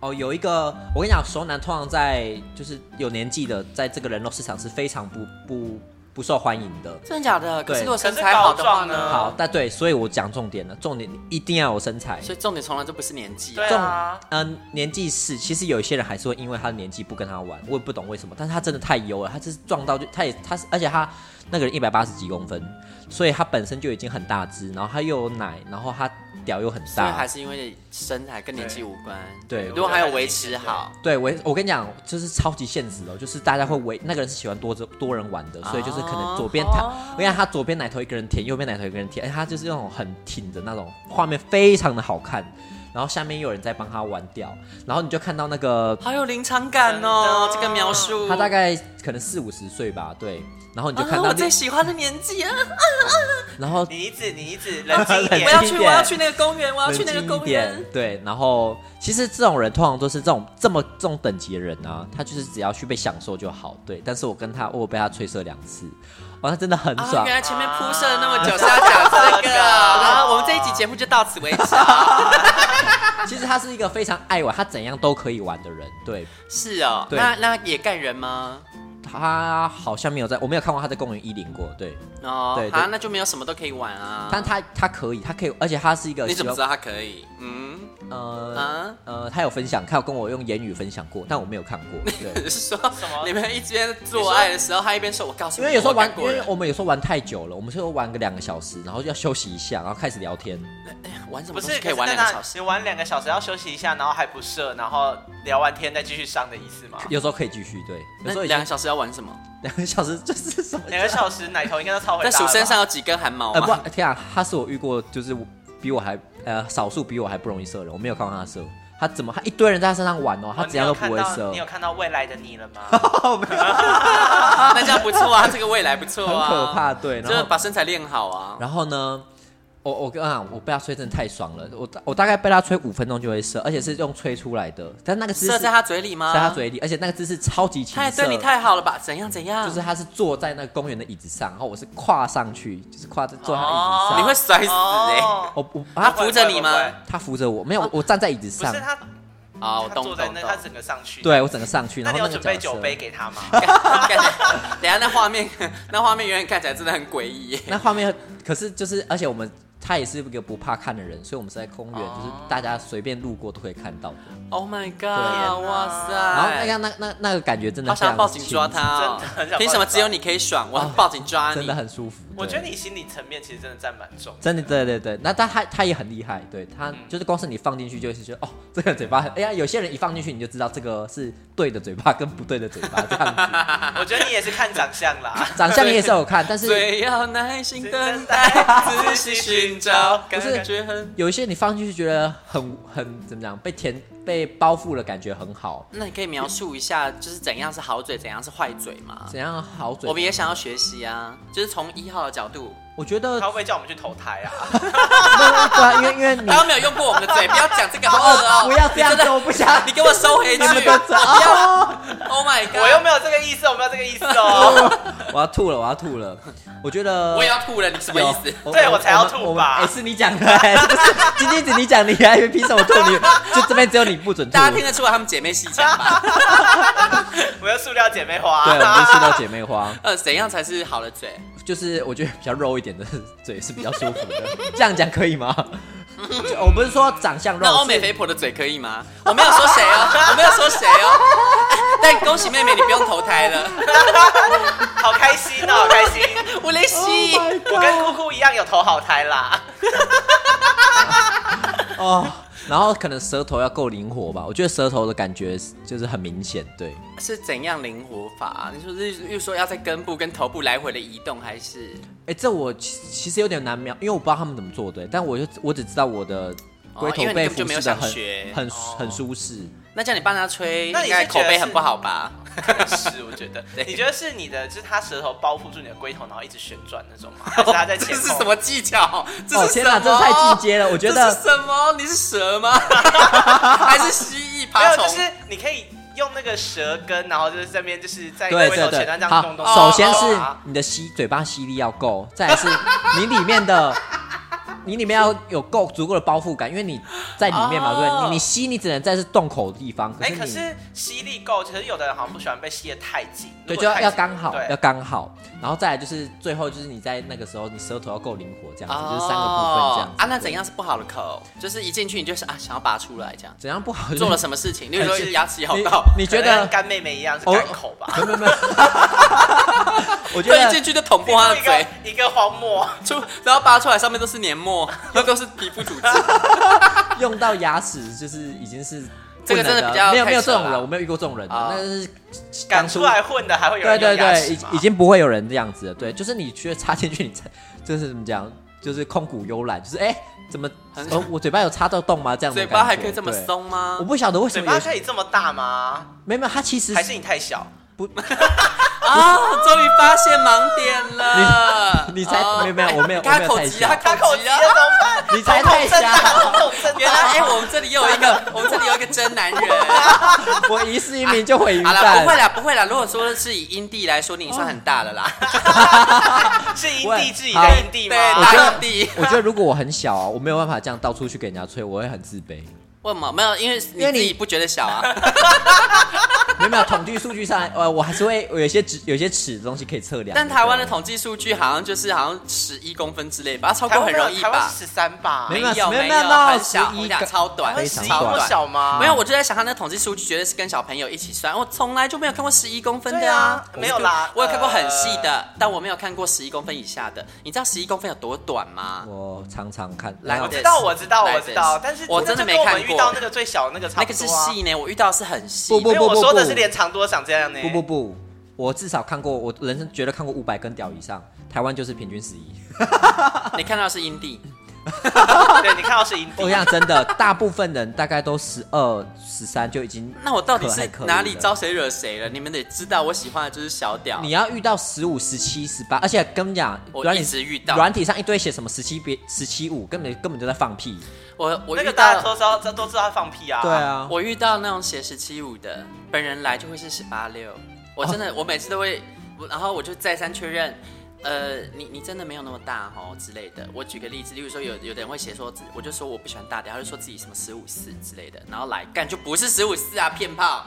[SPEAKER 3] 哦，有一个，我跟你讲，熟男通常在就是有年纪的，在这个人肉市场是非常不不不受欢迎的。
[SPEAKER 4] 真的假的？可
[SPEAKER 3] 对
[SPEAKER 4] 是如果身材好
[SPEAKER 2] 可是
[SPEAKER 4] 的话
[SPEAKER 2] 高
[SPEAKER 4] 呢？
[SPEAKER 2] 壮呢
[SPEAKER 3] 好，但对，所以我讲重点了，重点一定要有身材。
[SPEAKER 4] 所以重点从来就不是年纪、哦
[SPEAKER 2] 对
[SPEAKER 3] 重
[SPEAKER 2] 啊，
[SPEAKER 3] 嗯、年纪是，其实有一些人还是会因为他的年纪不跟他玩，我也不懂为什么，但是他真的太优了，他就是撞到就他也他是，而且他那个人一百八十几公分，所以他本身就已经很大只，然后他又有奶，然后他屌又很
[SPEAKER 4] 所以
[SPEAKER 3] 大
[SPEAKER 4] 还，是因为身材跟年纪无关。
[SPEAKER 3] 对
[SPEAKER 4] 如果还有维持好，
[SPEAKER 3] 对我我跟你讲，就是超级现实哦，就是大家会围那个人是喜欢多多人玩的，所以就是可能左边他，我跟你讲他左边奶头一个人舔，右边奶头一个人舔，哎，他就是那种很挺的那种，画面非常的好看。然后下面又有人在帮他玩掉，然后你就看到那个
[SPEAKER 4] 好有临场感哦，这
[SPEAKER 2] 真的
[SPEAKER 4] 个描述。
[SPEAKER 3] 他大概可能四五十岁吧，对。然后你就看
[SPEAKER 4] 啊
[SPEAKER 3] 到
[SPEAKER 4] 我
[SPEAKER 3] 那，
[SPEAKER 4] 最喜欢的年纪啊！
[SPEAKER 3] 然后
[SPEAKER 2] 你一直你一直冷静一
[SPEAKER 3] 冷
[SPEAKER 2] 点
[SPEAKER 4] 我，要
[SPEAKER 3] 一
[SPEAKER 4] 去，我
[SPEAKER 3] 点
[SPEAKER 4] 要去那个公园，我要
[SPEAKER 3] 冷
[SPEAKER 4] 去
[SPEAKER 3] 静
[SPEAKER 4] 那个
[SPEAKER 3] 一
[SPEAKER 4] 公
[SPEAKER 3] 点
[SPEAKER 4] 园。，
[SPEAKER 3] 对。然后其实这种人通常都是这种这么这种等级的人啊，他就是只要去被享受就好，对。但是我跟他，我有被他吹射两次，哇，他真的很
[SPEAKER 4] 啊，
[SPEAKER 3] 爽啊
[SPEAKER 4] 原。来前面铺设了那么久是要讲 这个，然后我们这一集节目就到此为止啊。
[SPEAKER 3] 其实他是一个非常爱玩，他怎样都可以玩的人，对。
[SPEAKER 4] 是哦，
[SPEAKER 3] 对
[SPEAKER 4] 那那也干人吗？
[SPEAKER 3] 他好像没有在，我没有看过他在公园一零过，对。
[SPEAKER 4] 哦
[SPEAKER 3] 对，对
[SPEAKER 4] 啊，那就没有什么都可以玩啊。
[SPEAKER 3] 但他他可以，他可以，而且他是一个
[SPEAKER 4] 你怎么
[SPEAKER 3] 喜欢
[SPEAKER 4] 知道他可以？嗯
[SPEAKER 3] 呃
[SPEAKER 4] 啊，
[SPEAKER 3] 呃，他有分享，他有跟我用言语分享过，但我没有看过，对。
[SPEAKER 4] 是说
[SPEAKER 2] 么
[SPEAKER 4] 你们一边做爱的时候，他一边说：“我告诉
[SPEAKER 3] 因
[SPEAKER 4] 你，
[SPEAKER 3] 为有时候玩因
[SPEAKER 4] 我干，过
[SPEAKER 3] 为
[SPEAKER 4] 人
[SPEAKER 3] 我们有时候玩太久了，我们就玩个两个小时，然后就要休息一下，然后开始聊天。
[SPEAKER 4] 玩什
[SPEAKER 2] 不
[SPEAKER 4] 么东
[SPEAKER 2] 是
[SPEAKER 4] 西可以玩两个
[SPEAKER 2] 可
[SPEAKER 4] 小时
[SPEAKER 2] 是那你玩两个小时要休息一下，然后还不射，然后聊完天再继续上的意思吗？
[SPEAKER 3] 有时候可以继续，对，？”有
[SPEAKER 4] 那
[SPEAKER 3] 时候已经
[SPEAKER 4] 两个小时要玩什么？
[SPEAKER 3] 两个小时就是什么？
[SPEAKER 2] 两个小时奶头应该都超回
[SPEAKER 4] 在
[SPEAKER 2] 大了吧
[SPEAKER 4] 鼠身上有几根汗毛
[SPEAKER 3] 呃
[SPEAKER 4] 吗？
[SPEAKER 3] 不，天啊，他是我遇过就是比我还呃少数比我还不容易射人，我没有看过他射，他怎么他一堆人在他身上玩哦，他
[SPEAKER 2] 哦
[SPEAKER 3] 怎
[SPEAKER 2] 你
[SPEAKER 3] 样
[SPEAKER 2] 有
[SPEAKER 3] 都不
[SPEAKER 2] 看
[SPEAKER 3] 会
[SPEAKER 2] 到
[SPEAKER 3] 射
[SPEAKER 2] 你，有看到未来的你了吗？
[SPEAKER 4] 那这样不错啊，这个未来不 错
[SPEAKER 3] 很
[SPEAKER 4] 啊，
[SPEAKER 3] 可怕，对。
[SPEAKER 4] 就是
[SPEAKER 3] 然后
[SPEAKER 4] 把身材练好啊。
[SPEAKER 3] 然后呢？我我跟你讲，我被他吹真的太爽了，我大我大概被他吹五分钟就会射，而且是用吹出来的，但那个姿势
[SPEAKER 4] 射在他嘴里吗？
[SPEAKER 3] 在他，嘴里，而且那个姿势超级情色，
[SPEAKER 4] 太对你太好了吧？怎样怎样？
[SPEAKER 3] 就是他是坐在那个公园的椅子上，然后我是跨上去，就是跨在坐在他椅子
[SPEAKER 4] 哦你
[SPEAKER 3] 上。
[SPEAKER 4] 会摔死哎！
[SPEAKER 2] 哦，
[SPEAKER 3] 我我
[SPEAKER 4] 他
[SPEAKER 3] 他
[SPEAKER 4] 扶着你吗
[SPEAKER 2] 不会不会
[SPEAKER 3] 他扶着我，没有，我站在椅子
[SPEAKER 2] 哦不
[SPEAKER 3] 上
[SPEAKER 2] 是，他，
[SPEAKER 4] 啊，我
[SPEAKER 2] 他
[SPEAKER 4] 懂
[SPEAKER 2] 坐在
[SPEAKER 4] 懂
[SPEAKER 2] 那，
[SPEAKER 4] 懂
[SPEAKER 2] 他。整个上去。
[SPEAKER 3] 对我整个上去，
[SPEAKER 2] 那
[SPEAKER 3] 然
[SPEAKER 2] 你
[SPEAKER 3] 后
[SPEAKER 2] 有
[SPEAKER 3] 那个
[SPEAKER 2] 准备
[SPEAKER 3] 角
[SPEAKER 2] 酒
[SPEAKER 3] 色，
[SPEAKER 2] 杯给他吗？
[SPEAKER 4] 感觉 等一下那画面，那画面远远看起来真的很诡异耶。
[SPEAKER 3] 那画面可是就是，而且我们他也是一个不怕看的人，所以我们是在公园，
[SPEAKER 4] 哦
[SPEAKER 3] 就是大家随便路过都可以看到的。
[SPEAKER 4] Oh my god！
[SPEAKER 3] 对
[SPEAKER 4] 哇塞！
[SPEAKER 3] 然后那个那那那个感觉真的
[SPEAKER 4] 好
[SPEAKER 3] 非常
[SPEAKER 4] 想报警抓他哦
[SPEAKER 2] 真的哎很想报警抓！
[SPEAKER 4] 凭什么只有你可以爽？我要报警抓
[SPEAKER 3] 亲 哦真
[SPEAKER 4] 你！
[SPEAKER 3] 的很舒服。
[SPEAKER 2] 我
[SPEAKER 3] 对
[SPEAKER 2] 觉得你心理层面其实真的占蛮重的。
[SPEAKER 3] 真的对对对，那但他他也很厉害，对他
[SPEAKER 2] 嗯
[SPEAKER 3] 就是光是你放进去就会是觉得哦，这个嘴巴很，哎呀，有些人一放进去你就知道这个是对的嘴巴跟不对的嘴巴这样子。
[SPEAKER 2] 我觉得你也是看长相啦，
[SPEAKER 3] 长相你也是有看，但是
[SPEAKER 4] 最要耐心等
[SPEAKER 2] 真
[SPEAKER 4] 待，
[SPEAKER 2] 的
[SPEAKER 4] 仔细寻找，
[SPEAKER 2] 不
[SPEAKER 4] 感
[SPEAKER 2] 是
[SPEAKER 4] 觉很……
[SPEAKER 3] 有一些你放进去觉得很很怎么讲，被填被包覆的感觉很好，
[SPEAKER 4] 那你可以描述一下，就是怎样是好嘴，怎样是坏嘴吗？
[SPEAKER 3] 怎样好嘴
[SPEAKER 4] 我？们也想要学习啊，就是从一号的角度，
[SPEAKER 3] 我觉得
[SPEAKER 2] 他会不会叫我们去投胎啊？
[SPEAKER 3] 对啊，因为因为 你
[SPEAKER 4] 他又没有用过我们的嘴，不要讲这个好恶哦！
[SPEAKER 3] 不要这样
[SPEAKER 4] 你真
[SPEAKER 3] 子，
[SPEAKER 4] 的
[SPEAKER 3] 我不想
[SPEAKER 4] 你给我收回去！
[SPEAKER 3] 你们都
[SPEAKER 4] 不
[SPEAKER 3] 走
[SPEAKER 4] 要！Oh my
[SPEAKER 2] 我又
[SPEAKER 4] god！
[SPEAKER 2] 没有这个意思，我没有这个意思哦。
[SPEAKER 3] 我要吐了，我要吐了。我觉得
[SPEAKER 4] 我也要吐了，你什么
[SPEAKER 3] 有
[SPEAKER 4] 意思？
[SPEAKER 2] 对我才要
[SPEAKER 4] 啊
[SPEAKER 2] 吐
[SPEAKER 3] 我们
[SPEAKER 2] 吧
[SPEAKER 3] 哎、是你讲的、哎是不是？今天只你讲，你还以为凭什么吐你？就这边只有你不准吐。
[SPEAKER 4] 大家听得出来她们姐妹戏腔吧？
[SPEAKER 2] 我要塑料姐妹花。
[SPEAKER 3] 对，我们是吃到姐妹花，
[SPEAKER 4] 呃，怎样才是好的嘴？
[SPEAKER 3] 就是我觉得比较肉一点的嘴是比较舒服 的。这样讲可以吗？就我不是说长相肉，
[SPEAKER 4] 那欧美
[SPEAKER 3] 是
[SPEAKER 4] 肥婆的嘴可以吗？我没有说谁哦，我 没有说谁哦。 但恭喜妹妹，你不用投胎了。
[SPEAKER 2] 好开心哦，好开心！
[SPEAKER 4] 我来洗。
[SPEAKER 3] Oh
[SPEAKER 2] 我跟酷酷一样有投好胎啦。
[SPEAKER 3] 哦。 然后可能舌头要够灵活吧，我觉得舌头的感觉是就是很明显，对，
[SPEAKER 4] 是怎样灵活法、你说是又说要在根部跟头部来回的移动，还是
[SPEAKER 3] 哎，这我其其实有点难描，因为我不知道他们怎么做的，但我就我只知道我的龟头
[SPEAKER 4] 哦因为你根
[SPEAKER 3] 被
[SPEAKER 4] 本就
[SPEAKER 3] 服
[SPEAKER 4] 没
[SPEAKER 3] 侍的
[SPEAKER 4] 有想
[SPEAKER 3] 很
[SPEAKER 4] 学
[SPEAKER 3] 很
[SPEAKER 4] 哦
[SPEAKER 3] 很舒适。
[SPEAKER 4] 那叫你帮他吹，
[SPEAKER 2] 那
[SPEAKER 4] 应
[SPEAKER 2] 你是
[SPEAKER 4] 该口
[SPEAKER 2] 觉得
[SPEAKER 4] 碑
[SPEAKER 2] 是
[SPEAKER 4] 很不好吧？
[SPEAKER 2] 是，我觉得。
[SPEAKER 4] 对
[SPEAKER 2] 你觉得是你的，就是他舌头包覆住你的龟头，然后一直旋转那种吗？还是他在
[SPEAKER 4] 这
[SPEAKER 2] 前
[SPEAKER 4] 是
[SPEAKER 2] 后？
[SPEAKER 4] 什么技巧？这
[SPEAKER 3] 哦
[SPEAKER 4] 是什
[SPEAKER 3] 天
[SPEAKER 4] 么？
[SPEAKER 3] 哪这太进阶了我觉得
[SPEAKER 4] 这是什么？你是 蛇吗？还是蜥蜴
[SPEAKER 2] 没
[SPEAKER 4] 爬
[SPEAKER 2] 有，
[SPEAKER 4] 虫？
[SPEAKER 2] 就是你可以用那个舌根，然后就是这边就是在
[SPEAKER 3] 对
[SPEAKER 2] 龟头
[SPEAKER 3] 对
[SPEAKER 2] 前
[SPEAKER 3] 对
[SPEAKER 2] 端这，样
[SPEAKER 3] 好
[SPEAKER 2] 动动。，
[SPEAKER 3] 首先是
[SPEAKER 2] 哦
[SPEAKER 3] 你的吸嘴巴吸力要够，再来是你里面的，你里面要有够足够的包覆感，因为你在里面嘛，对不对？
[SPEAKER 4] 哦
[SPEAKER 3] 你你吸你只能在是洞口的地方，可
[SPEAKER 2] 哎、
[SPEAKER 3] 是
[SPEAKER 2] 可
[SPEAKER 3] 你
[SPEAKER 2] 是吸力够，其实有的人好像不喜欢被吸的太紧，
[SPEAKER 3] 对
[SPEAKER 2] 如果
[SPEAKER 3] 就要
[SPEAKER 2] 太
[SPEAKER 3] 要
[SPEAKER 2] 紧
[SPEAKER 3] 刚好，要
[SPEAKER 2] 对，
[SPEAKER 3] 刚好，然后再来就是最后就是你在那个时候你舌头要够灵活，这样子就是三个部分这样
[SPEAKER 4] 哦
[SPEAKER 3] 子
[SPEAKER 4] 啊，那怎样是不好的口？就是一进去你就是啊，想要拔出来这样。
[SPEAKER 3] 怎样不好就是
[SPEAKER 4] 做了什么事情？例如说
[SPEAKER 2] 是
[SPEAKER 4] 牙齿咬
[SPEAKER 3] 你
[SPEAKER 4] 到，
[SPEAKER 3] 你觉
[SPEAKER 2] 可能
[SPEAKER 3] 得
[SPEAKER 2] 跟？干妹妹一样是
[SPEAKER 3] 哦
[SPEAKER 2] 干口吧？
[SPEAKER 3] 没有没有， 我觉
[SPEAKER 4] 对，一
[SPEAKER 3] 得
[SPEAKER 4] 进去就捅破 他
[SPEAKER 2] 一
[SPEAKER 4] 的嘴
[SPEAKER 2] 个，一个荒漠，
[SPEAKER 4] 出然后拔出来上面都是黏膜，那都是皮肤组 织。
[SPEAKER 3] 用到牙齿就是已经是
[SPEAKER 4] 这个
[SPEAKER 3] 不能
[SPEAKER 4] 真的比较
[SPEAKER 3] 没有没有
[SPEAKER 4] 太扯
[SPEAKER 3] 这种
[SPEAKER 4] 了
[SPEAKER 3] 人，我没有遇过这种人的，啊
[SPEAKER 4] 哦
[SPEAKER 3] 那是
[SPEAKER 2] 赶
[SPEAKER 3] 当初
[SPEAKER 2] 出来混的还会有
[SPEAKER 3] 对
[SPEAKER 2] 人
[SPEAKER 3] 对
[SPEAKER 2] 用牙
[SPEAKER 3] 对，
[SPEAKER 2] 齿吗
[SPEAKER 3] 已已经不会有人这样子了。对，就是你去插进去，你才就是怎么讲，就是空谷幽兰，就是哎、怎么
[SPEAKER 4] 很
[SPEAKER 3] 呃我嘴巴有插到洞吗？这样的
[SPEAKER 4] 嘴
[SPEAKER 3] 感
[SPEAKER 4] 巴
[SPEAKER 3] 觉
[SPEAKER 4] 还可以这么？松
[SPEAKER 3] 对
[SPEAKER 4] 吗
[SPEAKER 3] 我？不晓得为什
[SPEAKER 2] 嘴
[SPEAKER 3] 么
[SPEAKER 2] 巴
[SPEAKER 3] 有
[SPEAKER 2] 可以这么大吗？
[SPEAKER 3] 没有没有，它其实
[SPEAKER 2] 还是你太小？
[SPEAKER 4] 啊，终于发现盲点了！
[SPEAKER 3] 你你才
[SPEAKER 4] 哦
[SPEAKER 3] 没有没有我没有
[SPEAKER 4] 他
[SPEAKER 3] 我没有
[SPEAKER 4] 口
[SPEAKER 3] 太
[SPEAKER 4] 急
[SPEAKER 3] 小
[SPEAKER 4] 啊，他
[SPEAKER 2] 他
[SPEAKER 4] 口
[SPEAKER 2] 口
[SPEAKER 4] 急
[SPEAKER 2] 急
[SPEAKER 4] 啊
[SPEAKER 2] 啊，！ 怎么办？
[SPEAKER 3] 你才太
[SPEAKER 2] 真大，
[SPEAKER 3] 瞎，
[SPEAKER 2] 瞳孔真大。
[SPEAKER 4] 原来哎，我们这里又有一 个，我们这里有一个真男人。
[SPEAKER 3] 我一世一名就毁于
[SPEAKER 4] 好了，
[SPEAKER 3] 战
[SPEAKER 4] 不会。啦，不会啦。如果说是以阴蒂来说，你算很大的啦。
[SPEAKER 2] 是因
[SPEAKER 3] 喂
[SPEAKER 2] 地制宜
[SPEAKER 3] 好
[SPEAKER 2] 的印地吗
[SPEAKER 4] 对，？
[SPEAKER 3] 我觉得
[SPEAKER 4] 大阴蒂。
[SPEAKER 3] 我觉得如果我很小、啊，我没有办法这样到处去给人家吹，我会很自卑。
[SPEAKER 4] 为什么？没有，因为
[SPEAKER 3] 因为
[SPEAKER 4] 你自
[SPEAKER 3] 你
[SPEAKER 4] 己不觉得小啊。
[SPEAKER 3] 没有没有，统计数据上，呃，我还是会有一些指有一些尺的东西可以测量。
[SPEAKER 4] 但台湾的
[SPEAKER 3] 对
[SPEAKER 4] 统计数据好像就是好像十一公分之类吧，超
[SPEAKER 2] 台
[SPEAKER 4] 过
[SPEAKER 2] 湾
[SPEAKER 4] 很容易
[SPEAKER 2] 台湾
[SPEAKER 4] 吧？
[SPEAKER 2] 十三吧？哎
[SPEAKER 3] 没
[SPEAKER 4] 有
[SPEAKER 3] 有
[SPEAKER 4] 有
[SPEAKER 3] 没有没有到
[SPEAKER 4] 很小，
[SPEAKER 3] 11
[SPEAKER 4] 我跟你讲
[SPEAKER 3] 个
[SPEAKER 4] 超短，
[SPEAKER 3] 非
[SPEAKER 2] 十
[SPEAKER 3] 常
[SPEAKER 2] 一
[SPEAKER 4] 超
[SPEAKER 2] 那
[SPEAKER 3] 短
[SPEAKER 2] 么
[SPEAKER 4] 短。
[SPEAKER 2] 小啊吗？
[SPEAKER 4] 没有，我就在想，他那统计数据绝对是跟小朋友一起算，我从来就没有看过十一公分的
[SPEAKER 2] 对啊
[SPEAKER 4] 我
[SPEAKER 2] 没有啦呃
[SPEAKER 4] 我有看过很细的，但我没有看过十一公分以下的。你知道十一公分有多短吗？
[SPEAKER 3] 我常常看，
[SPEAKER 4] 来
[SPEAKER 3] 然后
[SPEAKER 2] 我知道，
[SPEAKER 4] Like
[SPEAKER 2] 我知道，
[SPEAKER 4] this.
[SPEAKER 2] 我知道
[SPEAKER 4] Like，this.
[SPEAKER 2] 但是
[SPEAKER 4] 我
[SPEAKER 2] 这
[SPEAKER 4] 真的
[SPEAKER 2] 就
[SPEAKER 4] 没
[SPEAKER 2] 跟我
[SPEAKER 4] 看
[SPEAKER 2] 们遇
[SPEAKER 4] 过
[SPEAKER 2] 到那个最小的那个差
[SPEAKER 4] 那
[SPEAKER 2] 不
[SPEAKER 4] 个是
[SPEAKER 2] 多啊。
[SPEAKER 4] 细呢，我遇到的是很细。
[SPEAKER 3] 不不
[SPEAKER 2] 没有，我说的
[SPEAKER 3] 不
[SPEAKER 2] 是连长多长这样呢。
[SPEAKER 3] 不不不，我至少看过，我人生觉得看过五百根屌以上，台湾就是平均 十一。
[SPEAKER 4] 你看到的是阴蒂，
[SPEAKER 2] 对你看到是阴
[SPEAKER 3] 我
[SPEAKER 2] 蒂，
[SPEAKER 3] 想真的，大部分人大概都十二、十三就已 经。
[SPEAKER 4] 那我到底
[SPEAKER 3] 可
[SPEAKER 4] 是
[SPEAKER 3] 还可以
[SPEAKER 4] 哪里
[SPEAKER 3] 的
[SPEAKER 4] 招谁惹谁了？你们得知道，我喜欢的就是小屌
[SPEAKER 3] 你。要遇到十五、十七、十八，而且跟你讲，
[SPEAKER 4] 我
[SPEAKER 3] 软体
[SPEAKER 4] 一直遇到
[SPEAKER 3] 软体上一堆写什么十七别十七五，根本根本就在放屁。
[SPEAKER 4] 我我
[SPEAKER 2] 那
[SPEAKER 4] 遇
[SPEAKER 2] 个大家都
[SPEAKER 4] 到
[SPEAKER 2] 知道，这都知道他放屁啊。
[SPEAKER 3] 对，啊，
[SPEAKER 4] 我遇到那种写十七五的，
[SPEAKER 3] 哦
[SPEAKER 4] 本人来就会是十八六。我真的，我每次都会，我然后我就再三确认。呃，你你真的没有那么大哦之类的。我举个例子，例如说有有的人会写说，我就说我不喜欢大的，他就说自己什么十五四之类的，然后来干就不是十五四啊，骗炮。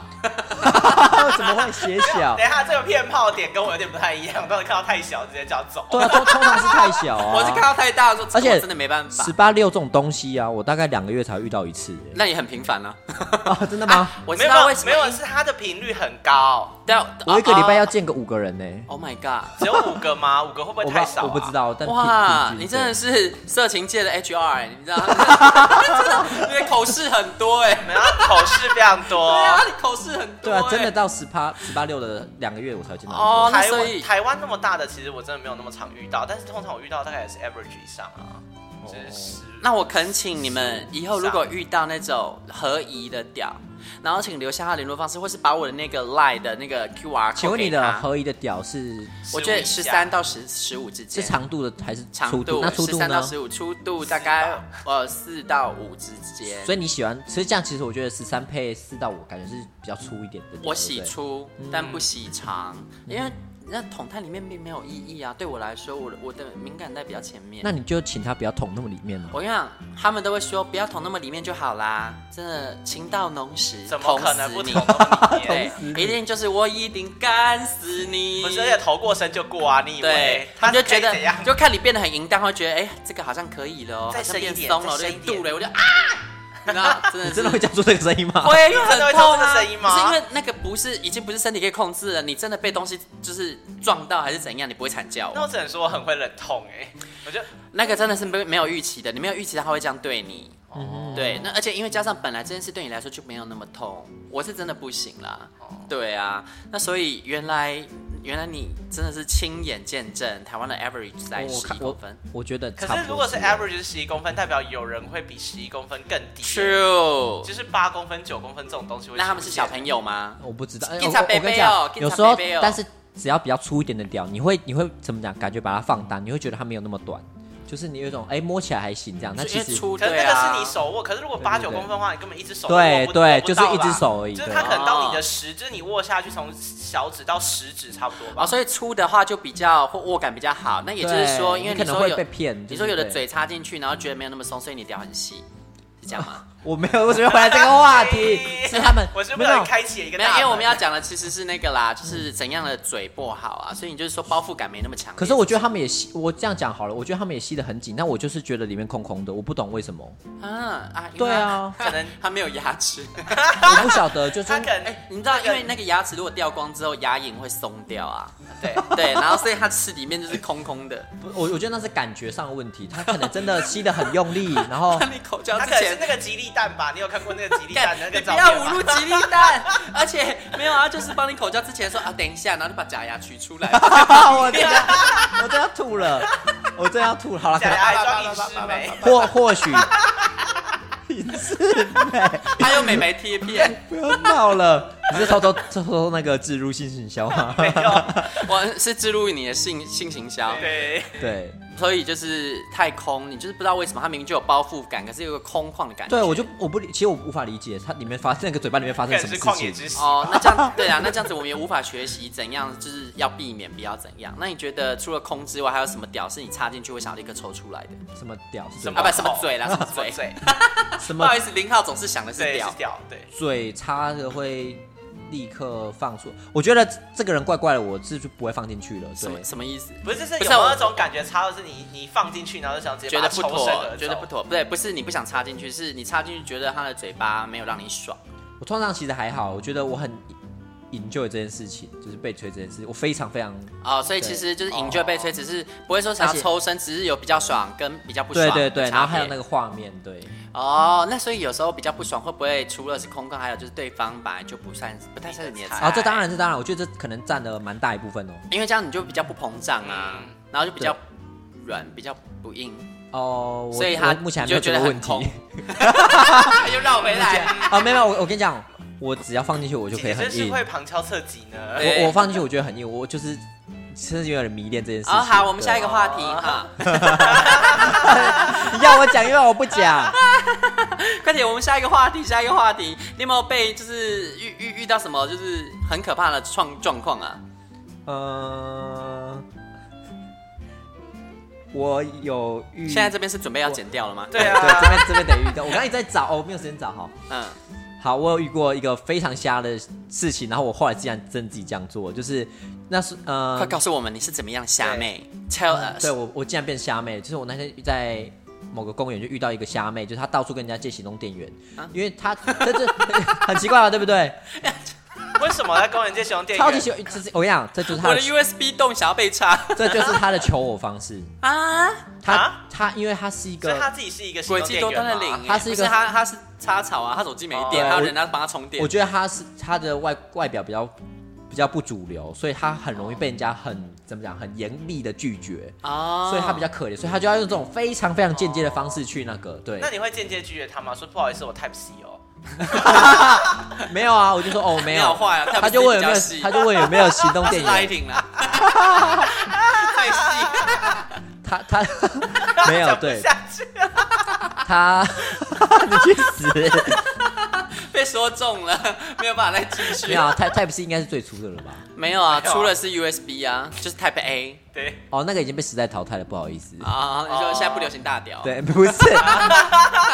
[SPEAKER 3] 怎么会写小
[SPEAKER 2] 等？一下，这个骗炮点跟我有点不太一样，我当时看到太小直接叫走。
[SPEAKER 3] 对啊，通通常是太小啊。
[SPEAKER 4] 我是看到太大的时候，
[SPEAKER 3] 而且
[SPEAKER 4] 我真的没办法
[SPEAKER 3] 十。八六这种东西啊，我大概两个月才遇到一次、
[SPEAKER 4] 那也很频繁啊。
[SPEAKER 3] 啊，真的吗？
[SPEAKER 4] 我
[SPEAKER 2] 没
[SPEAKER 4] 知
[SPEAKER 2] 有
[SPEAKER 4] 道
[SPEAKER 2] 没
[SPEAKER 4] 为
[SPEAKER 2] 有
[SPEAKER 4] 什
[SPEAKER 2] 没
[SPEAKER 4] 么，
[SPEAKER 2] 有，是它的频率很高，
[SPEAKER 4] 但
[SPEAKER 3] 我一个礼拜要
[SPEAKER 4] 啊
[SPEAKER 3] 见个五个人呢、
[SPEAKER 4] 啊 Oh my god！
[SPEAKER 2] 只有五个 吗？五个会不
[SPEAKER 3] 我
[SPEAKER 2] 会
[SPEAKER 3] 不
[SPEAKER 2] 太少、啊
[SPEAKER 3] 我不知。道，但平
[SPEAKER 4] 哇，
[SPEAKER 3] 平均
[SPEAKER 4] 你真的
[SPEAKER 3] 对
[SPEAKER 4] 是色情界的 HR，、欸、你知道？ 真的，你的口试很多哎、
[SPEAKER 2] 我们要啊口试非常多。
[SPEAKER 4] 对啊，你口试很多、
[SPEAKER 3] 对
[SPEAKER 4] 欸。
[SPEAKER 3] 啊，真的。到十八十八六的两个月我才见到一个。
[SPEAKER 4] 哦那
[SPEAKER 2] 台
[SPEAKER 4] 所
[SPEAKER 2] 湾
[SPEAKER 4] 以
[SPEAKER 2] 台湾那么大的，其实我真的没有那么常遇到，但是通常我遇到大概也是 average 以上啊，
[SPEAKER 4] 哦
[SPEAKER 2] 就是十。
[SPEAKER 4] 那我恳请你们以后如果遇到那种合宜的屌，然后请留下他的联络方式，或是把我的那个 line 的那个 QR code
[SPEAKER 3] 请问你
[SPEAKER 4] 给
[SPEAKER 3] 的
[SPEAKER 4] 他
[SPEAKER 3] 合一的屌是
[SPEAKER 4] 我觉得
[SPEAKER 2] 15
[SPEAKER 4] 十
[SPEAKER 2] 以下
[SPEAKER 4] 三到十十五之
[SPEAKER 3] 是
[SPEAKER 4] 间。
[SPEAKER 3] 长度的还是
[SPEAKER 4] 长
[SPEAKER 3] 粗
[SPEAKER 4] 度欸
[SPEAKER 3] 那粗
[SPEAKER 4] 十
[SPEAKER 3] 度
[SPEAKER 4] 三到
[SPEAKER 3] 呢？
[SPEAKER 4] 十五，粗度大概呃四到五之间。
[SPEAKER 3] 所以你喜欢，所以这样其实我觉得十三配四到五感觉是比较粗一点的。
[SPEAKER 4] 我喜
[SPEAKER 3] 对不嗯对
[SPEAKER 4] 粗，但不喜长，因为那桶太里面并没有意义啊。对我来说，我的我的敏感带比较前面。
[SPEAKER 3] 那你就请他不要捅那么里面了。
[SPEAKER 4] 我跟你讲，他们都会说不要捅那么里面就好啦，真的情到浓时，
[SPEAKER 2] 怎么可能不
[SPEAKER 4] 捅死
[SPEAKER 2] 捅
[SPEAKER 4] 你？
[SPEAKER 2] 到里面？
[SPEAKER 4] 对，一定就是我一定干死你。
[SPEAKER 2] 不是，而且头过身就过啊！你以
[SPEAKER 4] 对
[SPEAKER 2] 为，
[SPEAKER 4] 他
[SPEAKER 2] 他
[SPEAKER 4] 们就是
[SPEAKER 2] 可以
[SPEAKER 4] 觉得
[SPEAKER 2] 怎样？
[SPEAKER 4] 就看你变得很淫荡，会觉得哎、这个好像可以了哦，
[SPEAKER 2] 再
[SPEAKER 4] 好像
[SPEAKER 2] 深一
[SPEAKER 4] 变
[SPEAKER 2] 点
[SPEAKER 4] 松了，
[SPEAKER 2] 再
[SPEAKER 4] 就
[SPEAKER 2] 深一
[SPEAKER 4] 度
[SPEAKER 2] 点
[SPEAKER 4] 了，我就啊， 你知道，真的
[SPEAKER 3] 你
[SPEAKER 4] 是
[SPEAKER 3] 真的会讲出这个声音 吗？
[SPEAKER 4] 会
[SPEAKER 2] 真的
[SPEAKER 4] 很
[SPEAKER 2] 会
[SPEAKER 4] 痛
[SPEAKER 2] 做这
[SPEAKER 4] 啊！
[SPEAKER 2] 个声音吗
[SPEAKER 4] 不是因为那个不是已经不是身体可以控制了，你真的被东西就是撞到还是怎样，你不会惨叫。哦
[SPEAKER 2] 那我只能说我很会忍痛哎、我就
[SPEAKER 4] 那个真的是没没有预期的，你没有预期到他会这样对你。
[SPEAKER 3] 嗯
[SPEAKER 4] 对，那而且因为加上本来这件事对你来说就没有那么痛，我是真的不行啦。
[SPEAKER 2] 哦
[SPEAKER 4] 对啊，那所以原来原来你真的是亲眼见证台湾的 average 在
[SPEAKER 3] 哦我
[SPEAKER 4] 十
[SPEAKER 3] 看
[SPEAKER 4] 一公
[SPEAKER 3] 我
[SPEAKER 4] 分。
[SPEAKER 3] 我觉得
[SPEAKER 2] 可
[SPEAKER 3] 差不多。
[SPEAKER 2] 是如果是 average 是十一公分，代表有人会比十一公分更低、
[SPEAKER 4] True，
[SPEAKER 2] 就是八公分、九公分这种东西会出现。
[SPEAKER 4] 那他们是小朋友吗？
[SPEAKER 3] 我不知道，哎
[SPEAKER 4] 警
[SPEAKER 3] 我
[SPEAKER 4] 察
[SPEAKER 3] 我
[SPEAKER 4] 伯
[SPEAKER 3] 跟你
[SPEAKER 4] 伯
[SPEAKER 3] 讲
[SPEAKER 4] 哦，警
[SPEAKER 3] 有
[SPEAKER 4] 察
[SPEAKER 3] 时候
[SPEAKER 4] 伯伯哦，
[SPEAKER 3] 但是只要比较粗一点的屌，你会你会怎么讲？感觉把它放大，你会觉得它没有那么短，就是你有一种哎摸起来还行这样，但
[SPEAKER 4] 因
[SPEAKER 3] 其
[SPEAKER 4] 为
[SPEAKER 3] 实
[SPEAKER 4] 出
[SPEAKER 2] 可是
[SPEAKER 4] 对
[SPEAKER 2] 那
[SPEAKER 4] 啊，
[SPEAKER 2] 个是你手握，可是如果
[SPEAKER 3] 对
[SPEAKER 2] 八
[SPEAKER 3] 对
[SPEAKER 2] 九
[SPEAKER 3] 对
[SPEAKER 2] 公分的话，你根本一只手
[SPEAKER 3] 对
[SPEAKER 2] 握不
[SPEAKER 3] 对
[SPEAKER 2] 握，不
[SPEAKER 3] 就是
[SPEAKER 2] 到啦
[SPEAKER 3] 一只手而已。
[SPEAKER 2] 就是
[SPEAKER 3] 对
[SPEAKER 2] 它
[SPEAKER 3] 啊
[SPEAKER 2] 可能到你的食指，你握下去从小指到食指差不多吧。，
[SPEAKER 4] 哦，所以粗的话就比较或握感比较好。那也就是说，
[SPEAKER 3] 对
[SPEAKER 4] 因为
[SPEAKER 3] 你可能
[SPEAKER 4] 说
[SPEAKER 3] 会
[SPEAKER 4] 有
[SPEAKER 3] 被骗，就是
[SPEAKER 4] 你说有的
[SPEAKER 3] 对，
[SPEAKER 4] 嘴插进去，然后觉得没有那么松，所以你屌很细，是这样吗？
[SPEAKER 3] 我没有，我只是回来这 个话题 是他们
[SPEAKER 2] 哎我是不
[SPEAKER 3] 没有
[SPEAKER 2] 小心。开 启了一个
[SPEAKER 4] 没
[SPEAKER 2] 大
[SPEAKER 4] 有，
[SPEAKER 2] 门，
[SPEAKER 4] 因为我们要讲的其实是那个啦，就是怎样的嘴不好啊，所以你就是说包覆感没那么强烈。
[SPEAKER 3] 可是我觉得他们也吸，我这样讲好了，我觉得他们也吸得很紧，但我就是觉得里面空空的，我不懂为 什么，
[SPEAKER 4] 啊啊，因为
[SPEAKER 3] 对啊
[SPEAKER 4] 他，
[SPEAKER 2] 可能
[SPEAKER 4] 他没有牙 齿。
[SPEAKER 3] 我不晓得，就是
[SPEAKER 2] 他可能、
[SPEAKER 4] 哎你知道，
[SPEAKER 2] 那
[SPEAKER 4] 因
[SPEAKER 2] 个
[SPEAKER 4] 为那个牙齿如果掉光之后，牙龈会松掉啊。
[SPEAKER 2] 对。
[SPEAKER 4] 对，然后所以他吃里面就是空空的。
[SPEAKER 3] 我我觉得那是感觉上的问题，他可能真的吸得很用力，然后
[SPEAKER 4] 那你口交
[SPEAKER 2] 它
[SPEAKER 4] 之
[SPEAKER 2] 可能是
[SPEAKER 4] 前
[SPEAKER 2] 那。个吉利蛋吧？你有看过那个吉利
[SPEAKER 4] 干
[SPEAKER 2] 蛋的那
[SPEAKER 4] 你
[SPEAKER 2] 个
[SPEAKER 4] 不
[SPEAKER 2] 照
[SPEAKER 4] 要
[SPEAKER 2] 片
[SPEAKER 4] 侮 辱
[SPEAKER 2] 吗？
[SPEAKER 4] 吉利 蛋，而且没有啊，就是帮你口交之前说啊，等一下，然后就把假牙取出 来。我
[SPEAKER 3] 我真的，我真的要吐了，我真的要吐了。好了，可
[SPEAKER 2] 假
[SPEAKER 3] 能
[SPEAKER 2] 牙还装隐适美，
[SPEAKER 3] 或或许，隐适美，
[SPEAKER 4] 还有美眉贴片，
[SPEAKER 3] 不要闹了。你是偷偷偷偷那个植入性行销 吗？
[SPEAKER 2] 没有
[SPEAKER 4] 我是植入你的性性行销。
[SPEAKER 2] 对，
[SPEAKER 3] 对
[SPEAKER 4] 所以就是太空，你就是不知道为什么它明明就有包覆感，可是有个空旷的感觉。
[SPEAKER 3] 对，我就我不理，其实我无法理解它里面发那个嘴巴里面发
[SPEAKER 2] 可
[SPEAKER 3] 生
[SPEAKER 2] 能
[SPEAKER 3] 什么
[SPEAKER 2] 是旷野
[SPEAKER 3] 事情。
[SPEAKER 2] 之息。
[SPEAKER 4] 哦，那这样 对啊，那这样子我们也无法学习怎样就是要避免不要怎样。那你觉得除了空之外，还有什么屌是你插进去会想要立刻抽出来的？
[SPEAKER 3] 什么屌？是
[SPEAKER 2] 什
[SPEAKER 3] 什
[SPEAKER 2] 么
[SPEAKER 3] 么
[SPEAKER 4] 啊，不，什么嘴啦， 什么嘴？
[SPEAKER 2] 嘴，
[SPEAKER 3] 什
[SPEAKER 4] 不
[SPEAKER 3] 么
[SPEAKER 4] 好意思，零号总是想的是
[SPEAKER 2] 对，
[SPEAKER 4] 屌
[SPEAKER 2] 是。屌，对。
[SPEAKER 3] 嘴插着会立刻放出？我觉得这个人怪怪的，我是就不会放进去了。
[SPEAKER 4] 什
[SPEAKER 3] 对
[SPEAKER 4] 么，什么意思？
[SPEAKER 2] 不是，就是有
[SPEAKER 4] 不是
[SPEAKER 2] 没有
[SPEAKER 4] 我
[SPEAKER 2] 那种感觉，插到是你你放进去，然后就想直接
[SPEAKER 4] 觉
[SPEAKER 2] 把
[SPEAKER 4] 得
[SPEAKER 2] 它
[SPEAKER 4] 不
[SPEAKER 2] 抽身
[SPEAKER 4] 妥
[SPEAKER 2] 而，
[SPEAKER 4] 觉得
[SPEAKER 2] 走
[SPEAKER 4] 不。妥。不对，不是你不想插进去，是你插进去觉得它的嘴巴没有让你爽。
[SPEAKER 3] 我通常其实还好，我觉得我很 enjoy 这件事情，就是被吹这件事，我非常非常
[SPEAKER 4] 哦，所以其
[SPEAKER 3] 对
[SPEAKER 4] 实就是引就被吹，只是不会说想要
[SPEAKER 3] 而且
[SPEAKER 4] 抽身，只是有比较爽跟比较不爽
[SPEAKER 3] 对
[SPEAKER 4] 的差别。
[SPEAKER 3] 对对，然后还有那个画面，对。
[SPEAKER 4] 哦，那所以有时候比较不爽，会不会除了是空旷，还有就是对方本来就不算不太算是你的菜？
[SPEAKER 3] 啊，这当，然，这当然，我觉得这可能占了蛮大一部分哦。
[SPEAKER 4] 因为这样你就比较不膨胀啊，
[SPEAKER 2] 嗯
[SPEAKER 4] 然后就比较软，比较不硬，
[SPEAKER 3] 哦，我
[SPEAKER 4] 所以他
[SPEAKER 3] 我目前还
[SPEAKER 4] 你
[SPEAKER 3] 没有
[SPEAKER 4] 就
[SPEAKER 3] 这
[SPEAKER 4] 觉
[SPEAKER 3] 个
[SPEAKER 4] 得
[SPEAKER 3] 问
[SPEAKER 4] 很
[SPEAKER 3] 题。
[SPEAKER 4] 空。又绕回来，
[SPEAKER 3] 啊，没有，没有我我跟你讲，我只要放进去，我就可以
[SPEAKER 2] 姐姐
[SPEAKER 3] 很
[SPEAKER 2] 真
[SPEAKER 3] 硬
[SPEAKER 2] 是。会旁敲侧击呢。
[SPEAKER 4] 对
[SPEAKER 3] 我我放进去，我觉得很硬，我就是甚至有点迷恋这件事情。
[SPEAKER 4] 哦，好，我们下一
[SPEAKER 3] 个
[SPEAKER 4] 个话题
[SPEAKER 2] 哦
[SPEAKER 4] 哈，
[SPEAKER 3] 要我讲，因为我不讲。
[SPEAKER 4] 快点，我们下一个话题，下一个话题，你有没有被就是遇遇遇到什么就是很可怕的状状况啊？
[SPEAKER 3] 嗯，呃我有遇，
[SPEAKER 4] 现在这边是准备要剪掉了吗？
[SPEAKER 2] 对
[SPEAKER 3] 对这
[SPEAKER 2] 啊，
[SPEAKER 3] 边这边得遇到，我刚才一直在找，哦，我没有时间找，好
[SPEAKER 4] 嗯，
[SPEAKER 3] 好，我有遇过一个非常瞎的事情，然后我后来竟然真自己这样做，就是那是呃，
[SPEAKER 4] 快告诉我们你是怎么样虾妹，Tell us
[SPEAKER 3] 嗯对。我，我竟然变虾妹了。就是我那天在某个公园就遇到一个虾妹，就是她到处跟人家借行动电源，
[SPEAKER 4] 啊
[SPEAKER 3] 因为她这这 很奇怪吧，对不 对？
[SPEAKER 2] 为什么在公园界使用电
[SPEAKER 3] 超级
[SPEAKER 2] 源？
[SPEAKER 3] 喜欢，这是我跟你讲，这就是她
[SPEAKER 4] 我
[SPEAKER 3] 的
[SPEAKER 4] 的，USB 洞想要被插
[SPEAKER 3] 这就是她的求偶方式。
[SPEAKER 4] 啊！
[SPEAKER 3] 她
[SPEAKER 2] 啊
[SPEAKER 3] 她，因为她是一
[SPEAKER 2] 所以他
[SPEAKER 3] 个，
[SPEAKER 2] 自己是一个行
[SPEAKER 4] 国
[SPEAKER 2] 动
[SPEAKER 4] 际
[SPEAKER 2] 电
[SPEAKER 4] 多端
[SPEAKER 2] 源
[SPEAKER 4] 的
[SPEAKER 2] 吗
[SPEAKER 4] 零，
[SPEAKER 3] 它是一个
[SPEAKER 4] 不它它是插槽啊，它手机没电，
[SPEAKER 3] 哦
[SPEAKER 4] 还有人家帮它充电
[SPEAKER 3] 我。觉得她是她的外外表比较比较不主流，所以她很容易被人家很怎么讲，很严厉的拒绝。
[SPEAKER 4] 哦
[SPEAKER 3] 所以她比较可怜，所以她就要用这种非常非常间接的方式去那个， 对
[SPEAKER 2] 那，你会间接拒绝他吗？说不好意思，我 Type C 哦。
[SPEAKER 3] 没有啊，我就说哦没
[SPEAKER 4] 你好
[SPEAKER 3] 有，
[SPEAKER 4] 坏啊
[SPEAKER 3] 她就问有没有
[SPEAKER 4] 她不是比较细，
[SPEAKER 3] 她就问有没有行动
[SPEAKER 4] 它是
[SPEAKER 3] 电源，
[SPEAKER 4] lighting 啦，太细。
[SPEAKER 3] 他他没有
[SPEAKER 2] 讲不
[SPEAKER 3] 对
[SPEAKER 2] 下去，
[SPEAKER 3] 他，你去死！
[SPEAKER 4] 被说中了，没有办法再继
[SPEAKER 3] 没
[SPEAKER 4] 续
[SPEAKER 3] 有。啊 Type Type C 应该是最粗的了吧？
[SPEAKER 4] 没有啊，
[SPEAKER 2] 没有啊
[SPEAKER 4] 出了是 USB 啊，就是 Type A
[SPEAKER 2] 对，
[SPEAKER 3] 哦，那个已经被时代淘汰了，不好意思。
[SPEAKER 4] 啊。你说现在不流行大屌？，
[SPEAKER 3] 哦对，不是，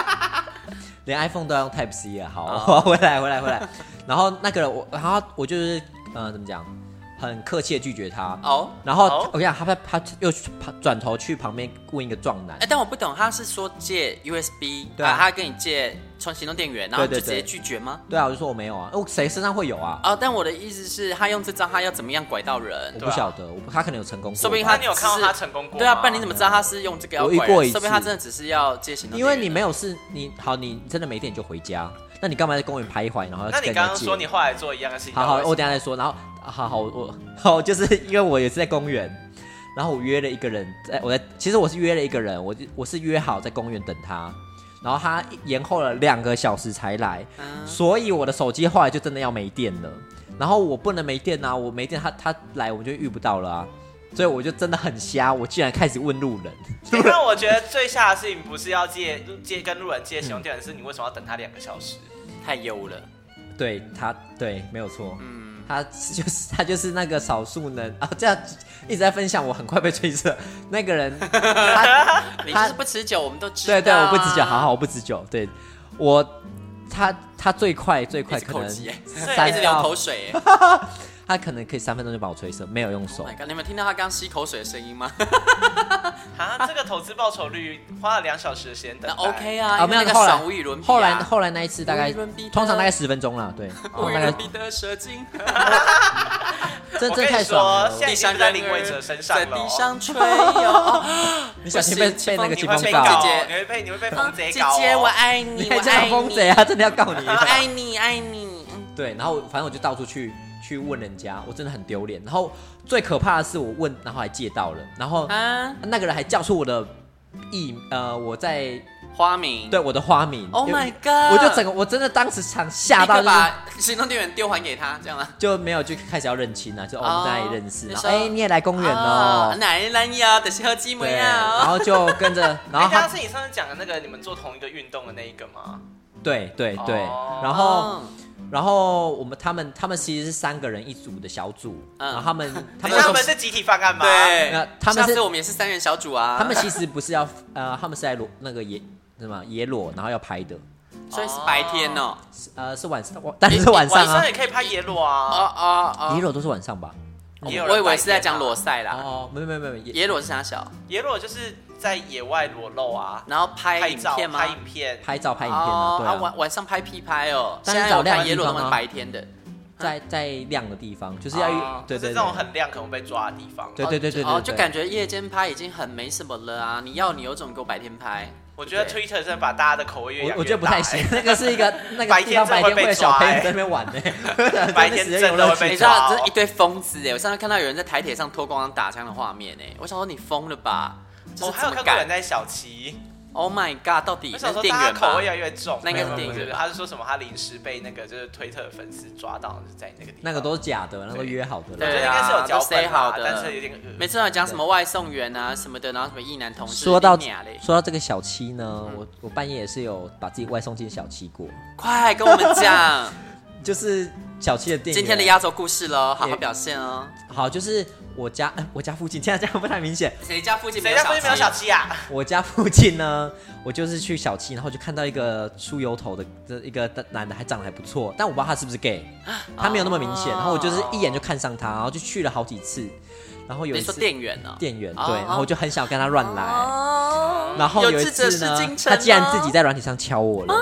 [SPEAKER 3] 连 iPhone 都要用 Type C 啊。好， 回来回来回来。然后那个人我，然后我就是呃，怎么讲，很客气的拒绝他。
[SPEAKER 4] 哦。
[SPEAKER 3] 然后
[SPEAKER 2] 好
[SPEAKER 3] 我跟你讲，他他他又去他转头去旁边问一个壮男
[SPEAKER 4] 哎，，但我不懂，他是说借 USB，
[SPEAKER 3] 对啊
[SPEAKER 4] 啊他跟你借充行动电源，然后你就
[SPEAKER 3] 对
[SPEAKER 4] 直
[SPEAKER 3] 对对
[SPEAKER 4] 接拒绝吗？
[SPEAKER 3] 对啊，我就说我没有啊，我谁身上会有啊？
[SPEAKER 4] 哦，但我的意思是，他用这招，他要怎么样拐到人
[SPEAKER 3] 我？
[SPEAKER 2] 对
[SPEAKER 3] 不
[SPEAKER 2] 啊
[SPEAKER 3] 晓得，我不他可能有成功过，
[SPEAKER 4] 哎说不定
[SPEAKER 2] 那
[SPEAKER 4] 他
[SPEAKER 2] 你有看到他成功过吗？
[SPEAKER 4] 对啊，不然你怎么知道他是用这个要
[SPEAKER 3] 我遇
[SPEAKER 4] 拐
[SPEAKER 3] 过
[SPEAKER 4] 人？
[SPEAKER 3] 一
[SPEAKER 4] 说不定他
[SPEAKER 3] 次
[SPEAKER 4] 真的只是要借行动电
[SPEAKER 3] 因
[SPEAKER 4] 源
[SPEAKER 3] 为
[SPEAKER 4] 啊。
[SPEAKER 3] 你没有事，你好，你真的没电你就回家，那你干嘛在公园徘徊，然后要
[SPEAKER 2] 那
[SPEAKER 3] 跟
[SPEAKER 2] 你
[SPEAKER 3] 人
[SPEAKER 2] 刚
[SPEAKER 3] 家
[SPEAKER 2] 刚
[SPEAKER 3] 借？
[SPEAKER 2] 说你后来做一样的事情，
[SPEAKER 3] 好好，
[SPEAKER 2] 那
[SPEAKER 3] 我
[SPEAKER 2] 为什
[SPEAKER 3] 等一下再说。然后，好好，我 好，就是因为我也是在公园，然后我约了一个人，在我在，其实我是约了一个人，我就我是约好在公园等他，然后他延后了两个小时才来，
[SPEAKER 2] 啊
[SPEAKER 3] 所以我的手机后来就真的要没电了。然后我不能没电啊，我没电他他来我就遇不到了啊，所以我就真的很瞎，我竟然开始问路人。
[SPEAKER 2] 么 那我觉得最吓的事情不是要借借跟路人借行动电源，是你为什么要等他两个小 时？
[SPEAKER 4] 太优了，
[SPEAKER 3] 对他，对，没有错。嗯，他就是 他就是那个少数能啊，这样一直在分享，我很快被吹射。那个 人，他
[SPEAKER 4] 你就
[SPEAKER 3] 他
[SPEAKER 4] 是不持久，我们都知道啊。
[SPEAKER 3] 对对，我不持久，好好，我不持久。对我，他他最快最
[SPEAKER 4] 一
[SPEAKER 3] 快
[SPEAKER 4] 直
[SPEAKER 3] 可
[SPEAKER 4] 口
[SPEAKER 3] 能
[SPEAKER 4] 急耶， 一直
[SPEAKER 3] 三
[SPEAKER 4] 流
[SPEAKER 3] 到
[SPEAKER 4] 口，水耶。
[SPEAKER 3] 他可能可以三分钟就把我吹射，没有用
[SPEAKER 4] Oh
[SPEAKER 3] 手啊
[SPEAKER 4] my。god！你们听到他刚吸口水的声 音吗？
[SPEAKER 2] 啊，这个投资报酬率花了两小时的时间等
[SPEAKER 4] 那
[SPEAKER 2] 待。
[SPEAKER 4] OK 啊，
[SPEAKER 3] 啊，
[SPEAKER 4] 因
[SPEAKER 3] 没
[SPEAKER 4] 为
[SPEAKER 3] 有，
[SPEAKER 4] 那个
[SPEAKER 3] 后来
[SPEAKER 4] 爽无与伦比啊。
[SPEAKER 3] 后来后来那一次大
[SPEAKER 4] 无
[SPEAKER 3] 概
[SPEAKER 4] 与伦比的
[SPEAKER 3] 通常大概十分钟啦， 对，然
[SPEAKER 4] 无
[SPEAKER 3] 后
[SPEAKER 4] 与
[SPEAKER 3] 大概
[SPEAKER 4] 伦比的蛇精，
[SPEAKER 3] 真
[SPEAKER 2] 我
[SPEAKER 3] 真
[SPEAKER 2] 跟
[SPEAKER 3] 太
[SPEAKER 2] 你
[SPEAKER 3] 爽
[SPEAKER 2] 说
[SPEAKER 3] 了，。
[SPEAKER 2] 现在已经在林伟哲身上
[SPEAKER 4] 在
[SPEAKER 2] 了
[SPEAKER 4] 地
[SPEAKER 2] 哦，
[SPEAKER 4] 上吹哟。
[SPEAKER 3] 你小心被被那个
[SPEAKER 2] 你
[SPEAKER 3] 警
[SPEAKER 2] 会
[SPEAKER 3] 方
[SPEAKER 2] 被
[SPEAKER 3] 告
[SPEAKER 2] 告
[SPEAKER 4] 姐，姐嗯
[SPEAKER 2] 你会被你会被风贼
[SPEAKER 4] 啊姐
[SPEAKER 2] 告哦。
[SPEAKER 4] 姐，我爱你，
[SPEAKER 3] 你
[SPEAKER 4] 我
[SPEAKER 3] 还
[SPEAKER 4] 爱
[SPEAKER 3] 讲
[SPEAKER 4] 你，
[SPEAKER 3] 疯贼啊，真的要告你。
[SPEAKER 4] 爱你，爱你。嗯
[SPEAKER 3] 对，然后我反正我就到处去去问人家，我真的很丢脸。然后最可怕的是我问，然后还借到了，然后
[SPEAKER 4] 啊，
[SPEAKER 3] 那个人还叫出我的艺呃我在
[SPEAKER 4] 花名。
[SPEAKER 3] 对我的花名。
[SPEAKER 4] ，Oh my
[SPEAKER 3] 因为
[SPEAKER 4] god！
[SPEAKER 3] 我就整个我真的当时场吓
[SPEAKER 4] 立
[SPEAKER 3] 到
[SPEAKER 4] 刻
[SPEAKER 3] 就是。
[SPEAKER 4] 把行动电源丢还给他，这样啊吗？
[SPEAKER 3] 就没有就开始要认亲了、就、哦、我们在那里认识，
[SPEAKER 4] 哦
[SPEAKER 3] 然
[SPEAKER 4] 就
[SPEAKER 3] 后
[SPEAKER 4] 说
[SPEAKER 3] 哎、你也来公园
[SPEAKER 4] 啊
[SPEAKER 3] 哦，
[SPEAKER 4] 奶奶呀，得是喝鸡
[SPEAKER 3] 对，
[SPEAKER 4] 尾
[SPEAKER 3] 然
[SPEAKER 4] 啊。
[SPEAKER 3] 后就跟着，然
[SPEAKER 2] 哎，
[SPEAKER 3] 后
[SPEAKER 2] 刚
[SPEAKER 3] 他
[SPEAKER 2] 刚是你上次讲的那个你们做同一个运动的那一个吗？
[SPEAKER 3] 对对对，
[SPEAKER 2] 哦
[SPEAKER 3] 然
[SPEAKER 4] 嗯
[SPEAKER 3] 后然后我们他们他们其实是三个人一组的小组，
[SPEAKER 4] 嗯
[SPEAKER 3] 然后他们他
[SPEAKER 2] 等一
[SPEAKER 3] 们
[SPEAKER 2] 下他
[SPEAKER 3] 说
[SPEAKER 2] 们是集体犯案吗？，
[SPEAKER 4] 对
[SPEAKER 3] 那，他们
[SPEAKER 4] 下
[SPEAKER 3] 是
[SPEAKER 4] 次我们也是三人小组啊。
[SPEAKER 3] 他们其实不是要呃，他们是在裸那个野什么野裸，然后要拍的，
[SPEAKER 4] 所以是白天哦。
[SPEAKER 3] 是呃是晚上，但是晚
[SPEAKER 2] 嗯
[SPEAKER 3] 上
[SPEAKER 2] 晚上
[SPEAKER 3] 啊，
[SPEAKER 2] 也可以拍野裸
[SPEAKER 4] 哦
[SPEAKER 2] 啊。
[SPEAKER 4] 哦
[SPEAKER 3] 野
[SPEAKER 4] 哦，
[SPEAKER 3] 裸都是晚上吧？
[SPEAKER 2] 也有人
[SPEAKER 4] 我以为是在
[SPEAKER 2] 白天啊
[SPEAKER 4] 讲裸赛啦。
[SPEAKER 3] 哦，没有没有没有，野
[SPEAKER 4] 野裸是啥小？
[SPEAKER 2] 野裸就是在野外裸露啊，
[SPEAKER 4] 然后拍
[SPEAKER 2] 拍
[SPEAKER 4] 影
[SPEAKER 2] 照、
[SPEAKER 4] 片吗？
[SPEAKER 2] 拍影片，
[SPEAKER 3] 拍照拍影片啊，
[SPEAKER 4] 哦，
[SPEAKER 3] 对
[SPEAKER 4] 啊
[SPEAKER 3] 啊，
[SPEAKER 4] 晚晚上拍屁拍哦。
[SPEAKER 3] 但
[SPEAKER 4] 现
[SPEAKER 3] 是
[SPEAKER 4] 在
[SPEAKER 3] 找
[SPEAKER 4] 我
[SPEAKER 3] 亮
[SPEAKER 4] 看
[SPEAKER 3] 的
[SPEAKER 4] 野
[SPEAKER 3] 地
[SPEAKER 4] 裸都
[SPEAKER 3] 方
[SPEAKER 4] 是
[SPEAKER 3] 啊
[SPEAKER 4] 白天的，
[SPEAKER 3] 在在亮的地方，就是要
[SPEAKER 4] 哦
[SPEAKER 3] 对
[SPEAKER 2] 就是
[SPEAKER 3] 对
[SPEAKER 2] 这种
[SPEAKER 3] 对
[SPEAKER 2] 很亮可能会被抓的地方。啊
[SPEAKER 3] 对对对对
[SPEAKER 4] 哦，
[SPEAKER 3] 对，
[SPEAKER 4] 就感觉夜间拍已经很没什么了啊！你要你有种给我白天拍，
[SPEAKER 2] 我觉得
[SPEAKER 4] 对
[SPEAKER 2] Twitter 真的把大家的口味越
[SPEAKER 3] 我
[SPEAKER 2] 养
[SPEAKER 3] 我觉
[SPEAKER 2] 越
[SPEAKER 3] 得不太
[SPEAKER 2] 大。
[SPEAKER 3] 行
[SPEAKER 2] 欸，
[SPEAKER 3] 那个是一个那个
[SPEAKER 2] 白
[SPEAKER 3] 地
[SPEAKER 2] 天
[SPEAKER 3] 方
[SPEAKER 2] 真的
[SPEAKER 3] 白天
[SPEAKER 2] 会被
[SPEAKER 3] 会有小
[SPEAKER 2] 抓
[SPEAKER 3] 朋友
[SPEAKER 2] 欸
[SPEAKER 3] 在那边 玩呢，
[SPEAKER 2] 白天真的会被
[SPEAKER 4] 你知
[SPEAKER 2] 抓
[SPEAKER 4] 道
[SPEAKER 2] 哦
[SPEAKER 4] 这是一堆疯子哎！我上次看到有人在台铁上脱光光打枪的画面哎，我想说你疯了吧？就是
[SPEAKER 2] 我哦还有
[SPEAKER 4] 这么
[SPEAKER 2] 看过人
[SPEAKER 4] 敢
[SPEAKER 2] 在小七，
[SPEAKER 4] ！Oh my god！到
[SPEAKER 2] 我
[SPEAKER 4] 底那
[SPEAKER 2] 想
[SPEAKER 4] 是
[SPEAKER 2] 说
[SPEAKER 4] 店
[SPEAKER 2] 大
[SPEAKER 4] 员
[SPEAKER 2] 家口
[SPEAKER 4] 吧
[SPEAKER 2] 味？啊越来越重，
[SPEAKER 4] 那应该是
[SPEAKER 2] 没有
[SPEAKER 4] 店
[SPEAKER 2] 没有
[SPEAKER 4] 员
[SPEAKER 2] 没有
[SPEAKER 4] 吧
[SPEAKER 2] 他是说什么？他临时被那个就是推特粉丝抓到，就是在那个地方。
[SPEAKER 3] 那个都是假的，那个都约好的
[SPEAKER 2] 我
[SPEAKER 3] 啦。
[SPEAKER 2] 觉
[SPEAKER 4] 对啊
[SPEAKER 2] 得应该是有脚
[SPEAKER 4] 都塞
[SPEAKER 2] 本
[SPEAKER 4] 好
[SPEAKER 2] 啦
[SPEAKER 4] 的，
[SPEAKER 2] 但是有点呃恶
[SPEAKER 4] 每次都要讲什么外送员啊什么的，然后什么一男同事，
[SPEAKER 3] 说到
[SPEAKER 4] 你娘嘞
[SPEAKER 3] 说到这个小七
[SPEAKER 2] 嗯
[SPEAKER 3] 呢，我我半夜也是有把自己外送进小七过，
[SPEAKER 4] 快跟我们讲，
[SPEAKER 3] 就是小七的店啊员。
[SPEAKER 4] 今天的压轴故事喽，好好表现哦。
[SPEAKER 3] 好，就是我家、 呃我家附近，现在这样不太明显。
[SPEAKER 4] 谁家附近没
[SPEAKER 2] 谁
[SPEAKER 4] 有
[SPEAKER 2] 家附近没有小
[SPEAKER 4] 鸡？
[SPEAKER 2] 七啊？
[SPEAKER 3] 我家附近呢， 我就是去小七，然后就看到一个梳油头的这一个男的，还长得还不错，但我不知道他是不是 gay，他没有那么明显。
[SPEAKER 4] 哦
[SPEAKER 3] 然后我就是一眼就看上他，然后就去了好几次。然后有
[SPEAKER 4] 你
[SPEAKER 3] 一
[SPEAKER 4] 说
[SPEAKER 3] 次
[SPEAKER 4] 店员呢？
[SPEAKER 3] 店员
[SPEAKER 4] 哦
[SPEAKER 3] 对，然后我就很想跟他乱来。
[SPEAKER 4] 哦
[SPEAKER 3] 然后有一
[SPEAKER 4] 志
[SPEAKER 3] 次
[SPEAKER 4] 者事
[SPEAKER 3] 呢
[SPEAKER 4] 竟，成
[SPEAKER 3] 他竟然
[SPEAKER 4] 哦
[SPEAKER 3] 自己在软体上敲我了。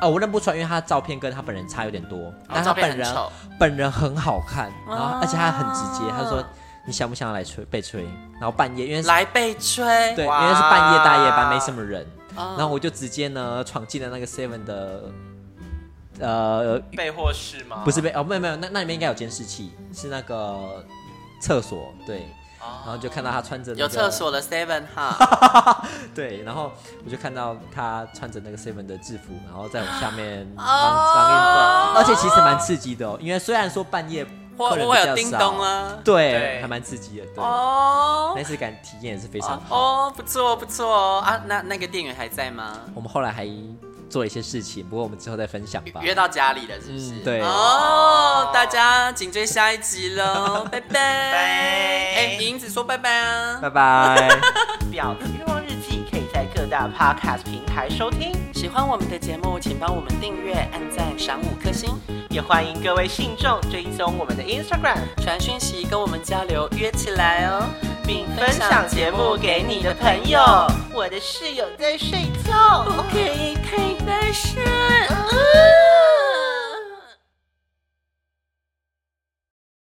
[SPEAKER 3] 啊，我认不出来，因为他的照片跟他本人差有点多，但他
[SPEAKER 4] 哦照片
[SPEAKER 3] 本
[SPEAKER 4] 很
[SPEAKER 3] 人
[SPEAKER 4] 丑
[SPEAKER 3] 本人很好看，然后
[SPEAKER 4] 啊
[SPEAKER 3] 而且他很直接，他说你想不想要来吹被吹？然后半夜因为是
[SPEAKER 4] 来被吹，
[SPEAKER 3] 对，因
[SPEAKER 2] 哇
[SPEAKER 3] 为是半夜大夜班，没什么人，
[SPEAKER 4] 哦
[SPEAKER 3] 然后我就直接呢闯进了那个 Seven 的，呃，
[SPEAKER 2] 备货室吗？
[SPEAKER 4] 啊
[SPEAKER 3] 不是被哦，没有没有，那那里面应该有监视器，是那个厕所对，然后就看到他穿着那个
[SPEAKER 4] 哦有厕，所的 Seven 哈，
[SPEAKER 3] 对，然后我就看到他穿着那个 Seven 的制服，然后在我下面忙
[SPEAKER 4] 哦
[SPEAKER 3] 忙运动，而且其实蛮刺激的哦，因为虽然说半夜
[SPEAKER 4] 或
[SPEAKER 3] 客人
[SPEAKER 4] 或
[SPEAKER 3] 比
[SPEAKER 4] 有
[SPEAKER 3] 较
[SPEAKER 4] 叮
[SPEAKER 3] 少
[SPEAKER 4] 咚啊，
[SPEAKER 3] 对，
[SPEAKER 2] 对
[SPEAKER 3] 还蛮刺激的，对，
[SPEAKER 4] 哦
[SPEAKER 3] 那次感体验也是非常好。
[SPEAKER 4] 哦，不错不错哦啊，那那个店员还在吗？
[SPEAKER 3] 我们后来还做了一些事情，不过我们之后再分享吧。
[SPEAKER 4] 约到家里了，是不是？
[SPEAKER 3] 嗯对
[SPEAKER 4] 哦，大家紧追下一 集喽，拜拜。哎
[SPEAKER 2] 拜，
[SPEAKER 4] 银子说拜拜啊，
[SPEAKER 3] 拜拜。
[SPEAKER 2] 婊子欲望日记可以在各大 podcast 平台收听，
[SPEAKER 4] 喜欢我们的节目，请帮我们订阅、按赞、赏五颗星，
[SPEAKER 2] 也欢迎各位信众追踪我们的 Instagram，
[SPEAKER 4] 传讯息跟我们交流，约起来哦，并
[SPEAKER 2] 分享节目给你的朋友。我的室友在睡觉。啊
[SPEAKER 4] OK，太大声。